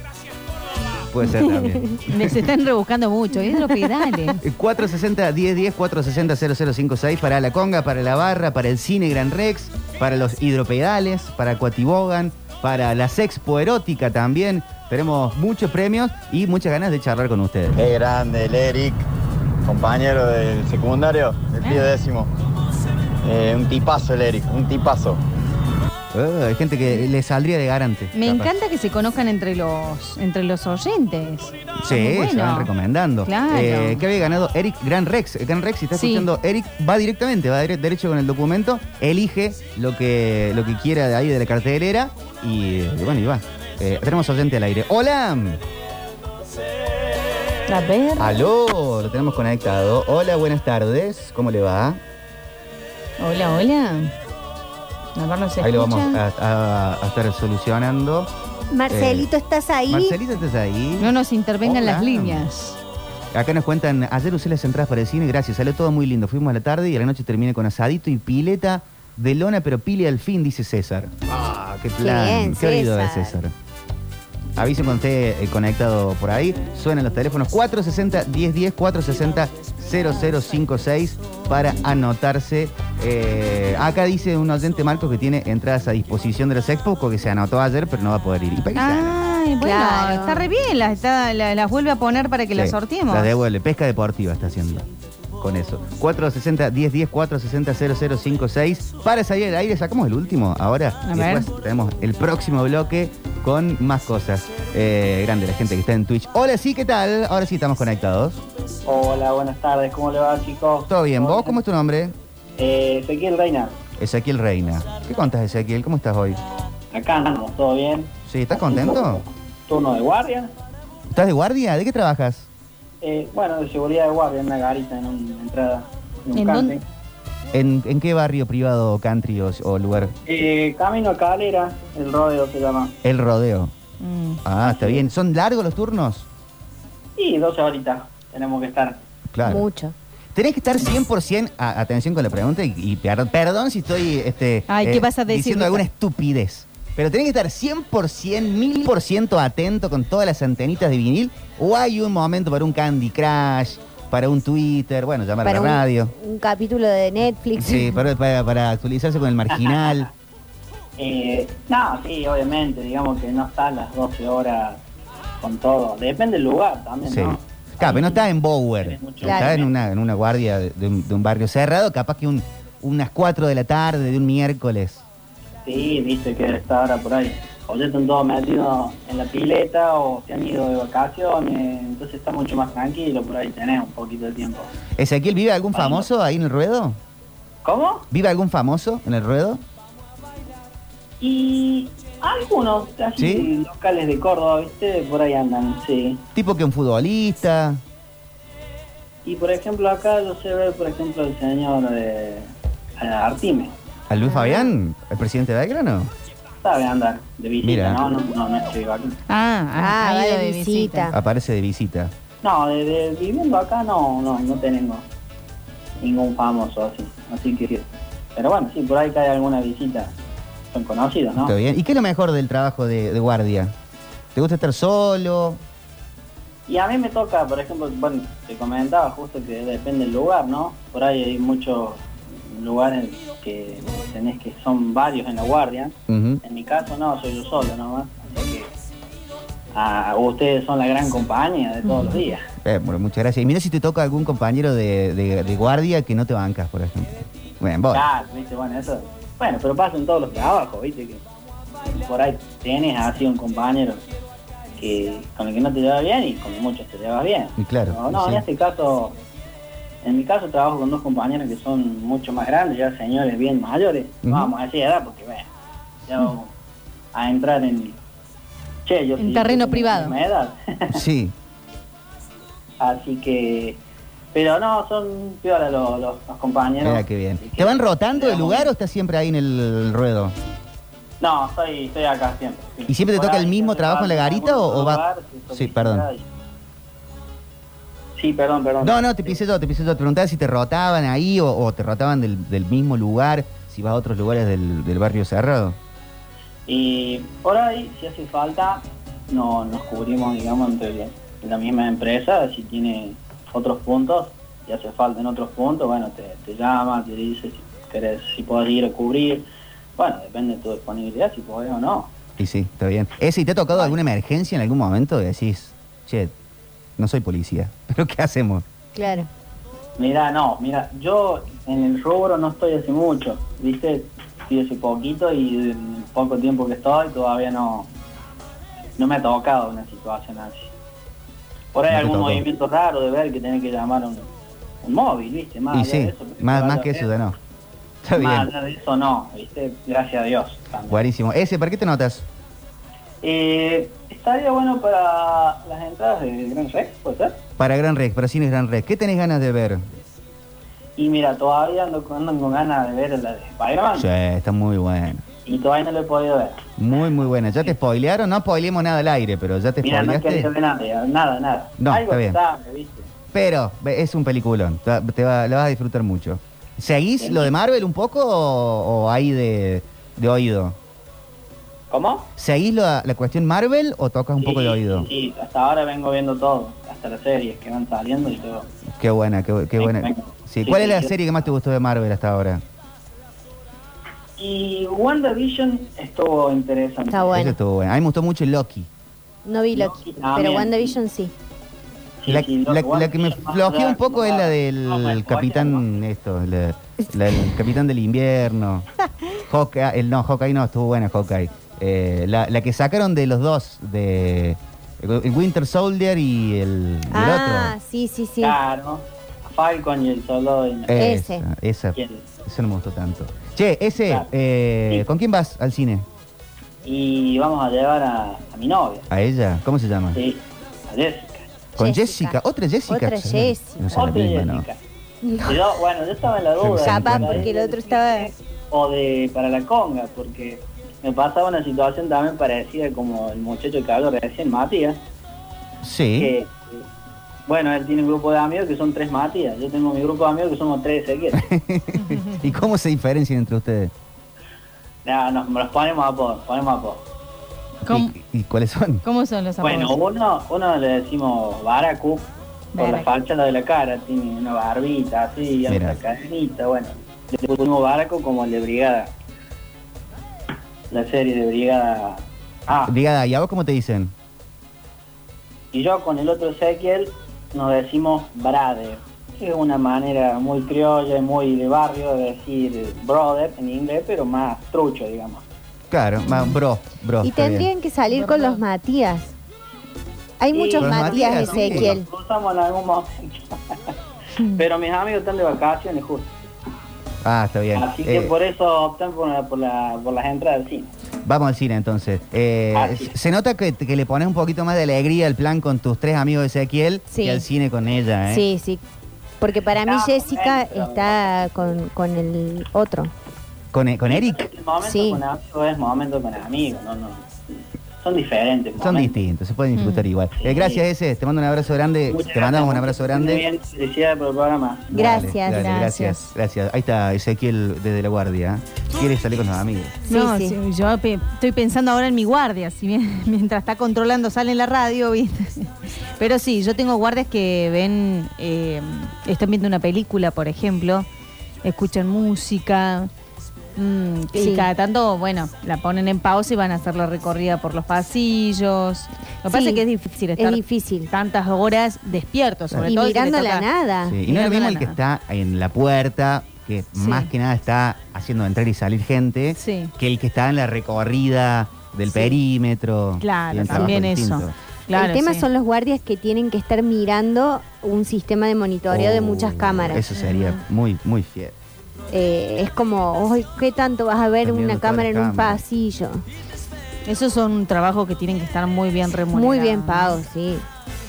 [SPEAKER 2] Puede ser también.
[SPEAKER 3] *laughs*
[SPEAKER 6] *laughs*
[SPEAKER 3] Me se están rebuscando mucho. Hidropedales.
[SPEAKER 2] Eh, 460-1010, 460-0056 para la conga, para la barra, para el cine Gran Rex, para los hidropedales, para Cuatibogan, para la sexpo erótica también. Tenemos muchos premios y muchas ganas de charlar con ustedes.
[SPEAKER 14] Qué grande, el Eric, compañero del secundario, el tío décimo. Eh, un tipazo el Eric, un tipazo.
[SPEAKER 2] Eh, hay gente que le saldría de garante.
[SPEAKER 3] Me
[SPEAKER 2] capaz.
[SPEAKER 3] encanta que se conozcan entre los, entre los oyentes.
[SPEAKER 2] Sí,
[SPEAKER 3] Ah, Muy
[SPEAKER 2] se van
[SPEAKER 3] bueno.
[SPEAKER 2] recomendando.
[SPEAKER 3] Claro.
[SPEAKER 2] Eh, que había ganado Eric Gran Rex. Gran Rex, si está
[SPEAKER 3] Sí.
[SPEAKER 2] escuchando Eric, va directamente, va dire- derecho con el documento, elige lo que, lo que quiera de ahí de la cartelera y, eh, bueno, y va. Eh, tenemos oyente al aire. ¡Hola!
[SPEAKER 1] Mm-hmm.
[SPEAKER 3] A ver.
[SPEAKER 2] ¡Aló! Lo tenemos conectado. Hola, buenas tardes. ¿Cómo le va?
[SPEAKER 3] Hola, hola. A ver, no se
[SPEAKER 2] Ahí lo
[SPEAKER 3] escucha.
[SPEAKER 2] vamos a, a- a estar solucionando. Eh,
[SPEAKER 6] Marcelito, ¿estás ahí?
[SPEAKER 2] Marcelita, ¿estás ahí?
[SPEAKER 3] No nos intervengan
[SPEAKER 2] Hola.
[SPEAKER 3] las líneas.
[SPEAKER 2] Acá nos cuentan, ayer usé las entradas para el cine, gracias, salió todo muy lindo. Fuimos a la tarde y a la noche terminé con asadito y pileta de lona, pero pile al fin, dice César. Ah, qué plan,
[SPEAKER 6] bien,
[SPEAKER 2] qué oído de
[SPEAKER 6] César.
[SPEAKER 2] César. Avisen cuando esté eh, conectado por ahí. Suenan los teléfonos 460-1010, 460-0056 para anotarse. Eh, acá dice un oyente Marcos que tiene entradas a disposición de los expos porque se anotó ayer, pero no va a poder ir. Y para qué se anota?
[SPEAKER 3] Ay, bueno,
[SPEAKER 6] Claro.
[SPEAKER 3] está re bien. Las, está- la- las vuelve a poner para que las
[SPEAKER 2] Sí,
[SPEAKER 3] sorteemos.
[SPEAKER 2] La devuelve. Pesca deportiva está haciendo. Con eso. 460-1010, 460-0056. Para salir al aire, sacamos el último ahora.
[SPEAKER 3] A
[SPEAKER 2] y
[SPEAKER 3] ver.
[SPEAKER 2] después tenemos el próximo bloque con más cosas. Eh, grande la gente que está en Twitch. Hola, sí, ¿qué tal? Ahora sí estamos conectados.
[SPEAKER 15] Hola, buenas tardes, ¿cómo le va chicos?
[SPEAKER 2] ¿Todo bien? ¿Vos? ¿Cómo es tu nombre?
[SPEAKER 15] Eh, Ezequiel Reina,
[SPEAKER 2] Ezequiel Reina. ¿Qué contas, Ezequiel? ¿Cómo estás hoy?
[SPEAKER 15] acá andamos, ¿todo bien?
[SPEAKER 2] Sí, ¿estás contento?
[SPEAKER 15] Turno de guardia,
[SPEAKER 2] ¿Estás de guardia? ¿De qué trabajas?
[SPEAKER 15] eh, bueno, de seguridad de guardia, en una garita, en una entrada, en un
[SPEAKER 3] ¿En
[SPEAKER 15] camping.
[SPEAKER 2] ¿En, en qué barrio privado, country o, o lugar?
[SPEAKER 15] Eh, camino a Calera, el rodeo se llama.
[SPEAKER 2] El rodeo.
[SPEAKER 3] Mm.
[SPEAKER 2] Ah, está bien. ¿Son largos los turnos?
[SPEAKER 15] Y 12 horitas tenemos que estar.
[SPEAKER 2] Claro.
[SPEAKER 6] Mucho.
[SPEAKER 2] Tenés que estar 100% a- atención con la pregunta y, y per- perdón si estoy este,
[SPEAKER 3] Ay, ¿qué vas a decir,
[SPEAKER 2] diciendo
[SPEAKER 3] Nico?
[SPEAKER 2] alguna estupidez. Pero tenés que estar 100%, 1000% atento con todas las antenitas de vinil o hay un momento para un Candy Crush, para un Twitter, bueno, llamar
[SPEAKER 6] Para
[SPEAKER 2] a
[SPEAKER 6] un-
[SPEAKER 2] la
[SPEAKER 3] *laughs*
[SPEAKER 2] radio.
[SPEAKER 6] Un, capítulo de Netflix.
[SPEAKER 2] Sí, para, para- para actualizarse con el
[SPEAKER 3] *laughs*
[SPEAKER 2] marginal.
[SPEAKER 15] Eh, no, sí, obviamente, digamos que no está a las 12 horas con todo. Depende del lugar también,
[SPEAKER 2] Sí.
[SPEAKER 15] ¿no?
[SPEAKER 2] Capaz, no está en Bower, está
[SPEAKER 15] Claro.
[SPEAKER 2] en una, en una guardia de, de un, de un barrio cerrado, capaz que un- unas 4 de la tarde de un miércoles.
[SPEAKER 15] Sí, viste que está ahora por ahí. O ya están todos metidos en la pileta o se han ido de vacaciones, entonces está mucho más tranquilo, por ahí tenés un poquito de tiempo.
[SPEAKER 2] ¿Ezequiel vive algún famoso ahí en el ruedo?
[SPEAKER 15] ¿Cómo?
[SPEAKER 2] ¿Vive algún famoso en el ruedo?
[SPEAKER 15] Y algunos, así
[SPEAKER 2] ¿Sí?
[SPEAKER 15] locales de Córdoba, viste, por ahí andan, sí.
[SPEAKER 2] Tipo que un futbolista.
[SPEAKER 15] Y por ejemplo acá yo sé ver, por ejemplo, el señor de Artime,
[SPEAKER 2] ¿A
[SPEAKER 3] Ah.
[SPEAKER 2] Luis Fabián? ¿El presidente de Belgrano?
[SPEAKER 15] sabe andar de visita,
[SPEAKER 2] Mira.
[SPEAKER 15] ¿no? No, no, no es chivacano.
[SPEAKER 3] Ah,
[SPEAKER 6] Ah,
[SPEAKER 3] ha
[SPEAKER 6] va
[SPEAKER 3] ido
[SPEAKER 6] de visita.
[SPEAKER 2] Aparece de visita.
[SPEAKER 15] No, de, de- viviendo acá no, no, no tenemos ningún famoso así. Así que, pero bueno, sí, por ahí cae alguna visita. Son conocidos, ¿no?
[SPEAKER 2] Está bien. ¿Y qué es lo mejor del trabajo de, de guardia? ¿Te gusta estar solo?
[SPEAKER 15] Y a mí me toca, por ejemplo, bueno, te comentaba justo que depende del lugar, ¿no? Por ahí hay muchos lugares que tenés que son varios en la guardia.
[SPEAKER 2] Ujú.
[SPEAKER 15] En mi caso no, soy yo solo nomás. Así que ah, ustedes son la gran compañía de todos los días.
[SPEAKER 2] Eh, bueno, muchas gracias. Y mira si te toca algún compañero de, de- de guardia que no te bancas, por ejemplo. Bueno, vos.
[SPEAKER 15] Claro, viste, bueno, eso. Bueno, pero pasa en todos los trabajos, viste, que por ahí tenés así un compañero que con el que no te llevas bien y con muchos te llevas bien.
[SPEAKER 2] Y claro,
[SPEAKER 15] No, no,
[SPEAKER 2] sí.
[SPEAKER 15] en este caso, en mi caso trabajo con dos compañeros que son mucho más grandes, ya señores bien mayores,
[SPEAKER 2] Ujú.
[SPEAKER 15] vamos a decir edad, porque bueno, ya vamos a entrar en... Che, yo
[SPEAKER 3] En
[SPEAKER 15] sí,
[SPEAKER 3] terreno
[SPEAKER 15] yo tengo
[SPEAKER 3] privado.
[SPEAKER 15] la misma edad. *laughs*
[SPEAKER 2] Sí.
[SPEAKER 15] Así que... Pero no, son piola los, los, los compañeros.
[SPEAKER 2] Mira qué bien. ¿Te van rotando de lugar o estás siempre ahí en el ruedo?
[SPEAKER 15] No, estoy, estoy acá siempre. sí.
[SPEAKER 2] ¿Y siempre te
[SPEAKER 15] Por
[SPEAKER 2] toca
[SPEAKER 15] ahí
[SPEAKER 2] el mismo
[SPEAKER 15] siempre
[SPEAKER 2] trabajo en la
[SPEAKER 15] va
[SPEAKER 2] garita
[SPEAKER 15] algún
[SPEAKER 2] o, o va...?
[SPEAKER 15] lugar, si
[SPEAKER 2] Sí,
[SPEAKER 15] estoy
[SPEAKER 2] perdón.
[SPEAKER 15] ahí. Sí, perdón, perdón.
[SPEAKER 2] No, no, te pisé todo, te pisé todo. Te preguntaba si te rotaban ahí o, o te rotaban del, del mismo lugar, si vas a otros lugares del, del barrio cerrado.
[SPEAKER 15] Y por ahí, si hace falta, no, nos cubrimos, digamos, entre la misma empresa, si tiene otros puntos y hace falta en otros puntos, bueno, te, te llama, te dice si, querés, si podés ir a cubrir. Bueno, depende de tu disponibilidad, si podés o no.
[SPEAKER 2] Y sí, está bien. Ese, ¿y te ha tocado alguna emergencia en algún momento? Y decís, che, no soy policía, *laughs* pero ¿qué hacemos?
[SPEAKER 6] Claro.
[SPEAKER 15] Mira, no, mira, yo en el rubro no estoy hace mucho, ¿viste? Estoy hace poquito y en poco tiempo que estoy todavía no, no me ha tocado una situación así. Por ahí
[SPEAKER 2] No te
[SPEAKER 15] algún
[SPEAKER 2] tocó.
[SPEAKER 15] movimiento raro de ver que tenés que llamar a un, un móvil, ¿viste? Más
[SPEAKER 2] y
[SPEAKER 15] allá de
[SPEAKER 2] sí,
[SPEAKER 15] eso,
[SPEAKER 2] más, más que eso ya no. Está
[SPEAKER 15] más
[SPEAKER 2] bien.
[SPEAKER 15] allá de eso no, ¿viste? Gracias a Dios.
[SPEAKER 2] Buenísimo. Ese, ¿para qué te notas?
[SPEAKER 15] Eh, ¿Estaría bueno para las entradas de Gran Rex, puede ser?
[SPEAKER 2] Para Gran Rex, para Cines Gran Rex. ¿Qué tenés ganas de ver?
[SPEAKER 15] Y mira, todavía ando con, ando con ganas de ver la de Spider-Man
[SPEAKER 2] Sí, está muy bueno.
[SPEAKER 15] y todavía no lo he podido ver.
[SPEAKER 2] Muy, muy buena. ¿Ya te spoilearon? No spoilemos nada al aire, pero ya te
[SPEAKER 15] Mira, no
[SPEAKER 2] spoileaste.
[SPEAKER 15] quiero ver nada, nada, nada.
[SPEAKER 2] No,
[SPEAKER 15] Algo
[SPEAKER 2] está bien.
[SPEAKER 15] sabe, ¿viste?
[SPEAKER 2] Pero ve, es un peliculón. Te va- te va- la vas a disfrutar mucho. ¿Seguís lo de Marvel un poco o, o ahí de, de oído?
[SPEAKER 15] ¿Cómo?
[SPEAKER 2] ¿Seguís la, la cuestión Marvel o tocas un poco de oído?
[SPEAKER 15] Sí, hasta ahora vengo viendo todo, hasta las series que van saliendo y todo.
[SPEAKER 2] Qué buena, qué, bu- qué buena.
[SPEAKER 15] venga.
[SPEAKER 2] Sí,
[SPEAKER 15] Sí, sí,
[SPEAKER 2] ¿Cuál es la
[SPEAKER 15] sí.
[SPEAKER 2] serie que más te gustó de Marvel hasta ahora?
[SPEAKER 15] Y WandaVision estuvo interesante.
[SPEAKER 6] Está
[SPEAKER 2] Esa
[SPEAKER 6] bueno.
[SPEAKER 2] estuvo buena. A mí me gustó mucho Loki.
[SPEAKER 6] No vi Loki,
[SPEAKER 15] Ah,
[SPEAKER 6] pero
[SPEAKER 15] bien.
[SPEAKER 6] WandaVision sí.
[SPEAKER 2] La,
[SPEAKER 15] sí,
[SPEAKER 2] la-
[SPEAKER 15] Loki,
[SPEAKER 2] la que me
[SPEAKER 15] Loki,
[SPEAKER 2] flojeó un
[SPEAKER 15] Loki,
[SPEAKER 2] poco es la del
[SPEAKER 15] no, bueno,
[SPEAKER 2] capitán esto, la, la del capitán del invierno. Hawkeye, el, no, Hawkeye no, estuvo buena Hawkeye. Eh, la, la que sacaron de los dos, de el Winter Soldier y el, y el
[SPEAKER 6] Ah, sí, sí, sí.
[SPEAKER 15] Claro, Falcon y el solo.
[SPEAKER 2] otro. Esa, Esa, esa no me gustó tanto. Che, ese, eh, ¿con quién vas al cine?
[SPEAKER 15] Y vamos a llevar a, a mi novia,
[SPEAKER 2] ¿A ella? ¿Cómo se llama?
[SPEAKER 15] sí, a Jessica.
[SPEAKER 2] Con Jessica. otra Jessica.
[SPEAKER 6] Otra
[SPEAKER 2] que salió.
[SPEAKER 6] Jessica.
[SPEAKER 2] No será la
[SPEAKER 15] Otra
[SPEAKER 2] misma, ¿no?
[SPEAKER 15] Jessica. Y yo, bueno, yo estaba en la
[SPEAKER 2] Pero
[SPEAKER 15] duda.
[SPEAKER 2] se
[SPEAKER 6] Capaz
[SPEAKER 2] entiende.
[SPEAKER 6] porque el otro estaba.
[SPEAKER 15] o de para la conga, porque me pasaba una situación también parecida como el muchacho que hablo recién, Matías,
[SPEAKER 2] Sí.
[SPEAKER 15] que eh, bueno, él tiene un grupo de amigos que son tres Matías, yo tengo mi grupo de amigos que somos tres Ezequiel.
[SPEAKER 2] ¿Y cómo se diferencian entre ustedes?
[SPEAKER 15] Nah, nos, nos ponemos a por, ponemos a por.
[SPEAKER 2] ¿Y, y cuáles son?
[SPEAKER 3] ¿Cómo son los
[SPEAKER 15] Bueno,
[SPEAKER 3] apodos?
[SPEAKER 15] uno, uno le decimos Baracu, con la
[SPEAKER 3] Verga.
[SPEAKER 15] fachada de la cara, tiene una barbita así,
[SPEAKER 2] Mira.
[SPEAKER 15] una cadenita, bueno. Le pusimos barco como el de Brigada. La serie de Brigada
[SPEAKER 6] Ah.
[SPEAKER 15] A.
[SPEAKER 2] Brigada, ¿y a vos cómo te dicen?
[SPEAKER 15] Y yo con el otro Ezequiel nos decimos brother, que es una manera muy criolla y muy de barrio de decir brother en inglés, pero más trucho, digamos.
[SPEAKER 2] Claro, ma- bro, bro.
[SPEAKER 6] Y
[SPEAKER 2] está bien.
[SPEAKER 6] tendrían que salir con los Matías. Hay muchos
[SPEAKER 2] Los
[SPEAKER 6] Matías,
[SPEAKER 2] Matías, sí.
[SPEAKER 6] Ezequiel.
[SPEAKER 15] Nos cruzamos en algún momento. pero mis amigos están de vacaciones justo.
[SPEAKER 2] Ah, está bien.
[SPEAKER 15] Así que
[SPEAKER 2] Eh,
[SPEAKER 15] por eso optan por, la- por, la- por las entradas del cine.
[SPEAKER 2] Vamos al cine entonces. Eh,
[SPEAKER 15] Así
[SPEAKER 2] se nota que, que le pones un poquito más de alegría al plan con tus tres amigos de Ezequiel
[SPEAKER 6] Sí.
[SPEAKER 2] y al cine con ella, ¿eh?
[SPEAKER 6] Sí, sí. Porque para mí
[SPEAKER 15] Ah,
[SPEAKER 6] Jessica
[SPEAKER 15] bueno,
[SPEAKER 6] está con, con el otro.
[SPEAKER 2] Con, con Eric.
[SPEAKER 15] El momento
[SPEAKER 6] Sí.
[SPEAKER 15] con amigos es momento con amigos, no, no. Son diferentes.
[SPEAKER 2] Son
[SPEAKER 15] momentos.
[SPEAKER 2] distintos, se pueden
[SPEAKER 6] Mm.
[SPEAKER 2] disfrutar igual. Eh, gracias, ese. Te mando un abrazo grande. te mandamos un abrazo grande.
[SPEAKER 15] Muy bien, felicidades por el programa.
[SPEAKER 2] Dale, dale, gracias. Gracias. Ahí está Ezequiel desde la guardia. Quiere salir con los amigos.
[SPEAKER 3] No,
[SPEAKER 6] Sí,
[SPEAKER 3] sí, yo pe- estoy pensando ahora en mi guardia, si bien- *laughs* mientras está controlando sale en la radio, ¿viste? *laughs* Pero sí, yo tengo guardias que ven, eh, están viendo una película, por ejemplo, escuchan música, mm,
[SPEAKER 6] Sí.
[SPEAKER 3] y cada tanto, bueno, la ponen en pausa y van a hacer la recorrida por los pasillos. Lo que pasa
[SPEAKER 6] Sí,
[SPEAKER 3] es que es difícil
[SPEAKER 6] es
[SPEAKER 3] estar
[SPEAKER 6] difícil.
[SPEAKER 3] tantas horas despierto, sobre
[SPEAKER 6] Y
[SPEAKER 3] todo. si te
[SPEAKER 6] mirando
[SPEAKER 3] toca-
[SPEAKER 6] la nada.
[SPEAKER 2] Sí, Y no es lo mismo el que está en la puerta, que más que nada está haciendo entrar y salir gente,
[SPEAKER 3] Sí.
[SPEAKER 2] que el que está en la recorrida del perímetro.
[SPEAKER 3] Claro,
[SPEAKER 2] Y un trabajo
[SPEAKER 3] también
[SPEAKER 2] distinto.
[SPEAKER 3] eso. Claro,
[SPEAKER 6] el tema
[SPEAKER 3] sí.
[SPEAKER 6] son los guardias que tienen que estar mirando un sistema de monitoreo de
[SPEAKER 2] Oh,
[SPEAKER 6] muchas cámaras.
[SPEAKER 2] Eso sería muy, muy fiel.
[SPEAKER 6] Eh, es como, "Ay, ¿qué tanto vas a ver
[SPEAKER 2] Estás mirando
[SPEAKER 6] una
[SPEAKER 2] todas
[SPEAKER 6] cámara en
[SPEAKER 2] las
[SPEAKER 6] un
[SPEAKER 2] cámaras.
[SPEAKER 6] pasillo?
[SPEAKER 3] Esos son un trabajo que tienen que estar muy bien remunerados.
[SPEAKER 6] Muy bien pago, sí.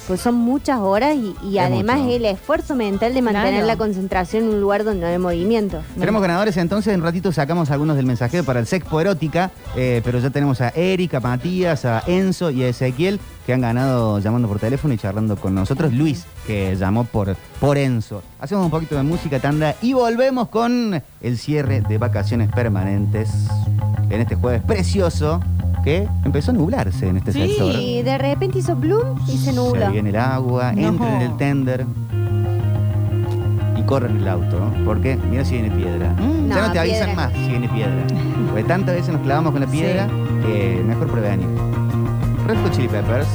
[SPEAKER 6] Pues son muchas horas y, y
[SPEAKER 2] Es
[SPEAKER 6] además
[SPEAKER 2] mucho.
[SPEAKER 6] el esfuerzo mental de mantener
[SPEAKER 3] Claro.
[SPEAKER 6] la concentración en un lugar donde no hay movimiento.
[SPEAKER 2] Tenemos ganadores, entonces en un ratito sacamos algunos del mensajero para el Sexpo Erótica, eh, pero ya tenemos a Erika, a Matías, a Enzo y a Ezequiel que han ganado llamando por teléfono y charlando con nosotros. Luis, que llamó por, por Enzo. Hacemos un poquito de música, tanda, y volvemos con el cierre de vacaciones permanentes en este jueves precioso que empezó a nublarse en este sector.
[SPEAKER 6] Y de repente hizo bloom y se
[SPEAKER 2] Se
[SPEAKER 6] nubló.
[SPEAKER 2] viene el agua,
[SPEAKER 3] No.
[SPEAKER 2] entra en el tender y corre en el auto, ¿no? porque mira si viene piedra.
[SPEAKER 3] Mm,
[SPEAKER 2] ya no
[SPEAKER 6] no,
[SPEAKER 2] te avisan
[SPEAKER 6] piedra
[SPEAKER 2] más si viene piedra. Porque tantas veces nos clavamos con la piedra que mejor prevenir. Red Hot Chili Peppers,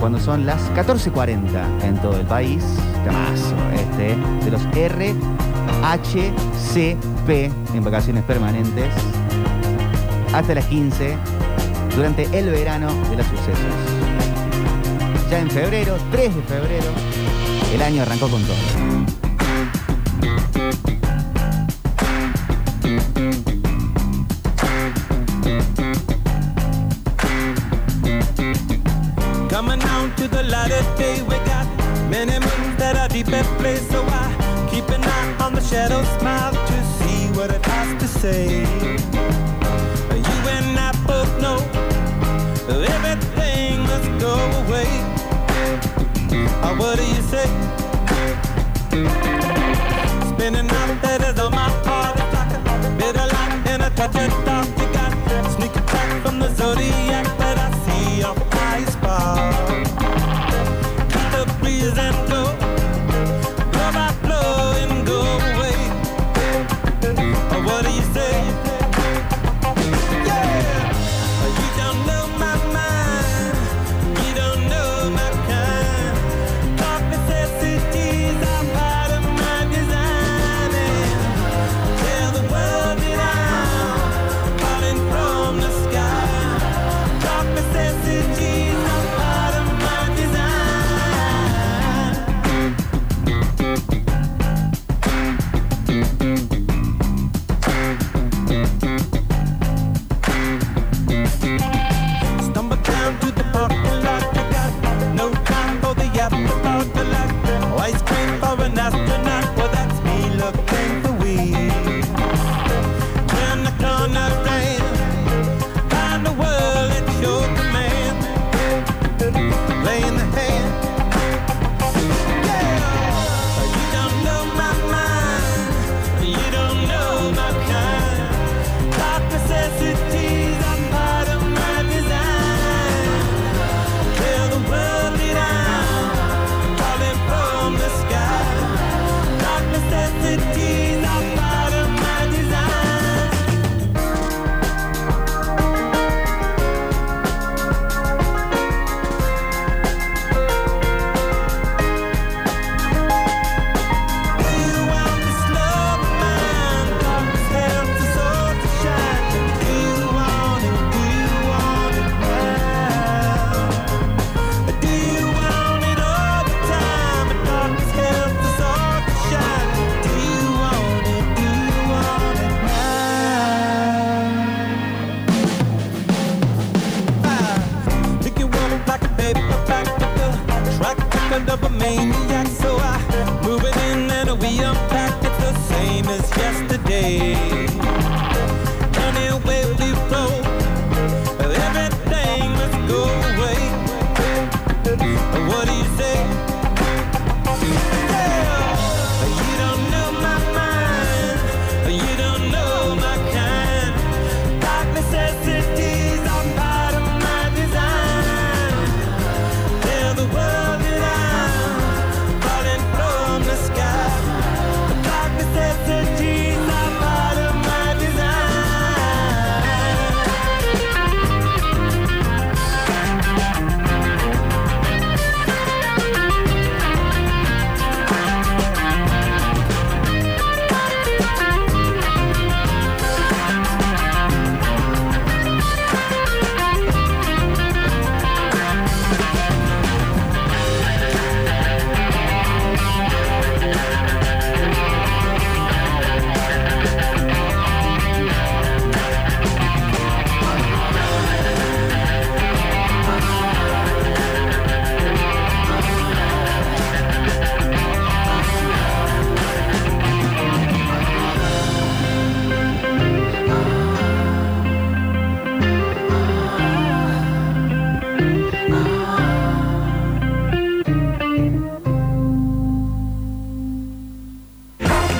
[SPEAKER 2] cuando son las 14.40 en todo el país, temazo este, de los RHCP en vacaciones permanentes, hasta las 15 durante el verano de los sucesos ya en febrero, 3 de febrero, el año arrancó con todo.
[SPEAKER 1] Coming out to the light of day, we got many moons that are deep at play. So I keep an eye on the shadow smile to see what it has to say. You and I both know everything must go away. Oh, what do you say? Spinning out that is on my heart. Bit of light and a touch of dark. You got sneak attack from the zodiac that I see off my spot. Cut the breeze and blow, blow by blow and go away. Oh, what do you say? Yeah, you don't know my mind, you don't know my kind. Dark necessities are part of my design. and Tell the world that I'm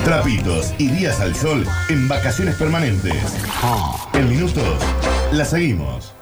[SPEAKER 16] Chupitos y días al sol en vacaciones permanentes. En minutos, la seguimos.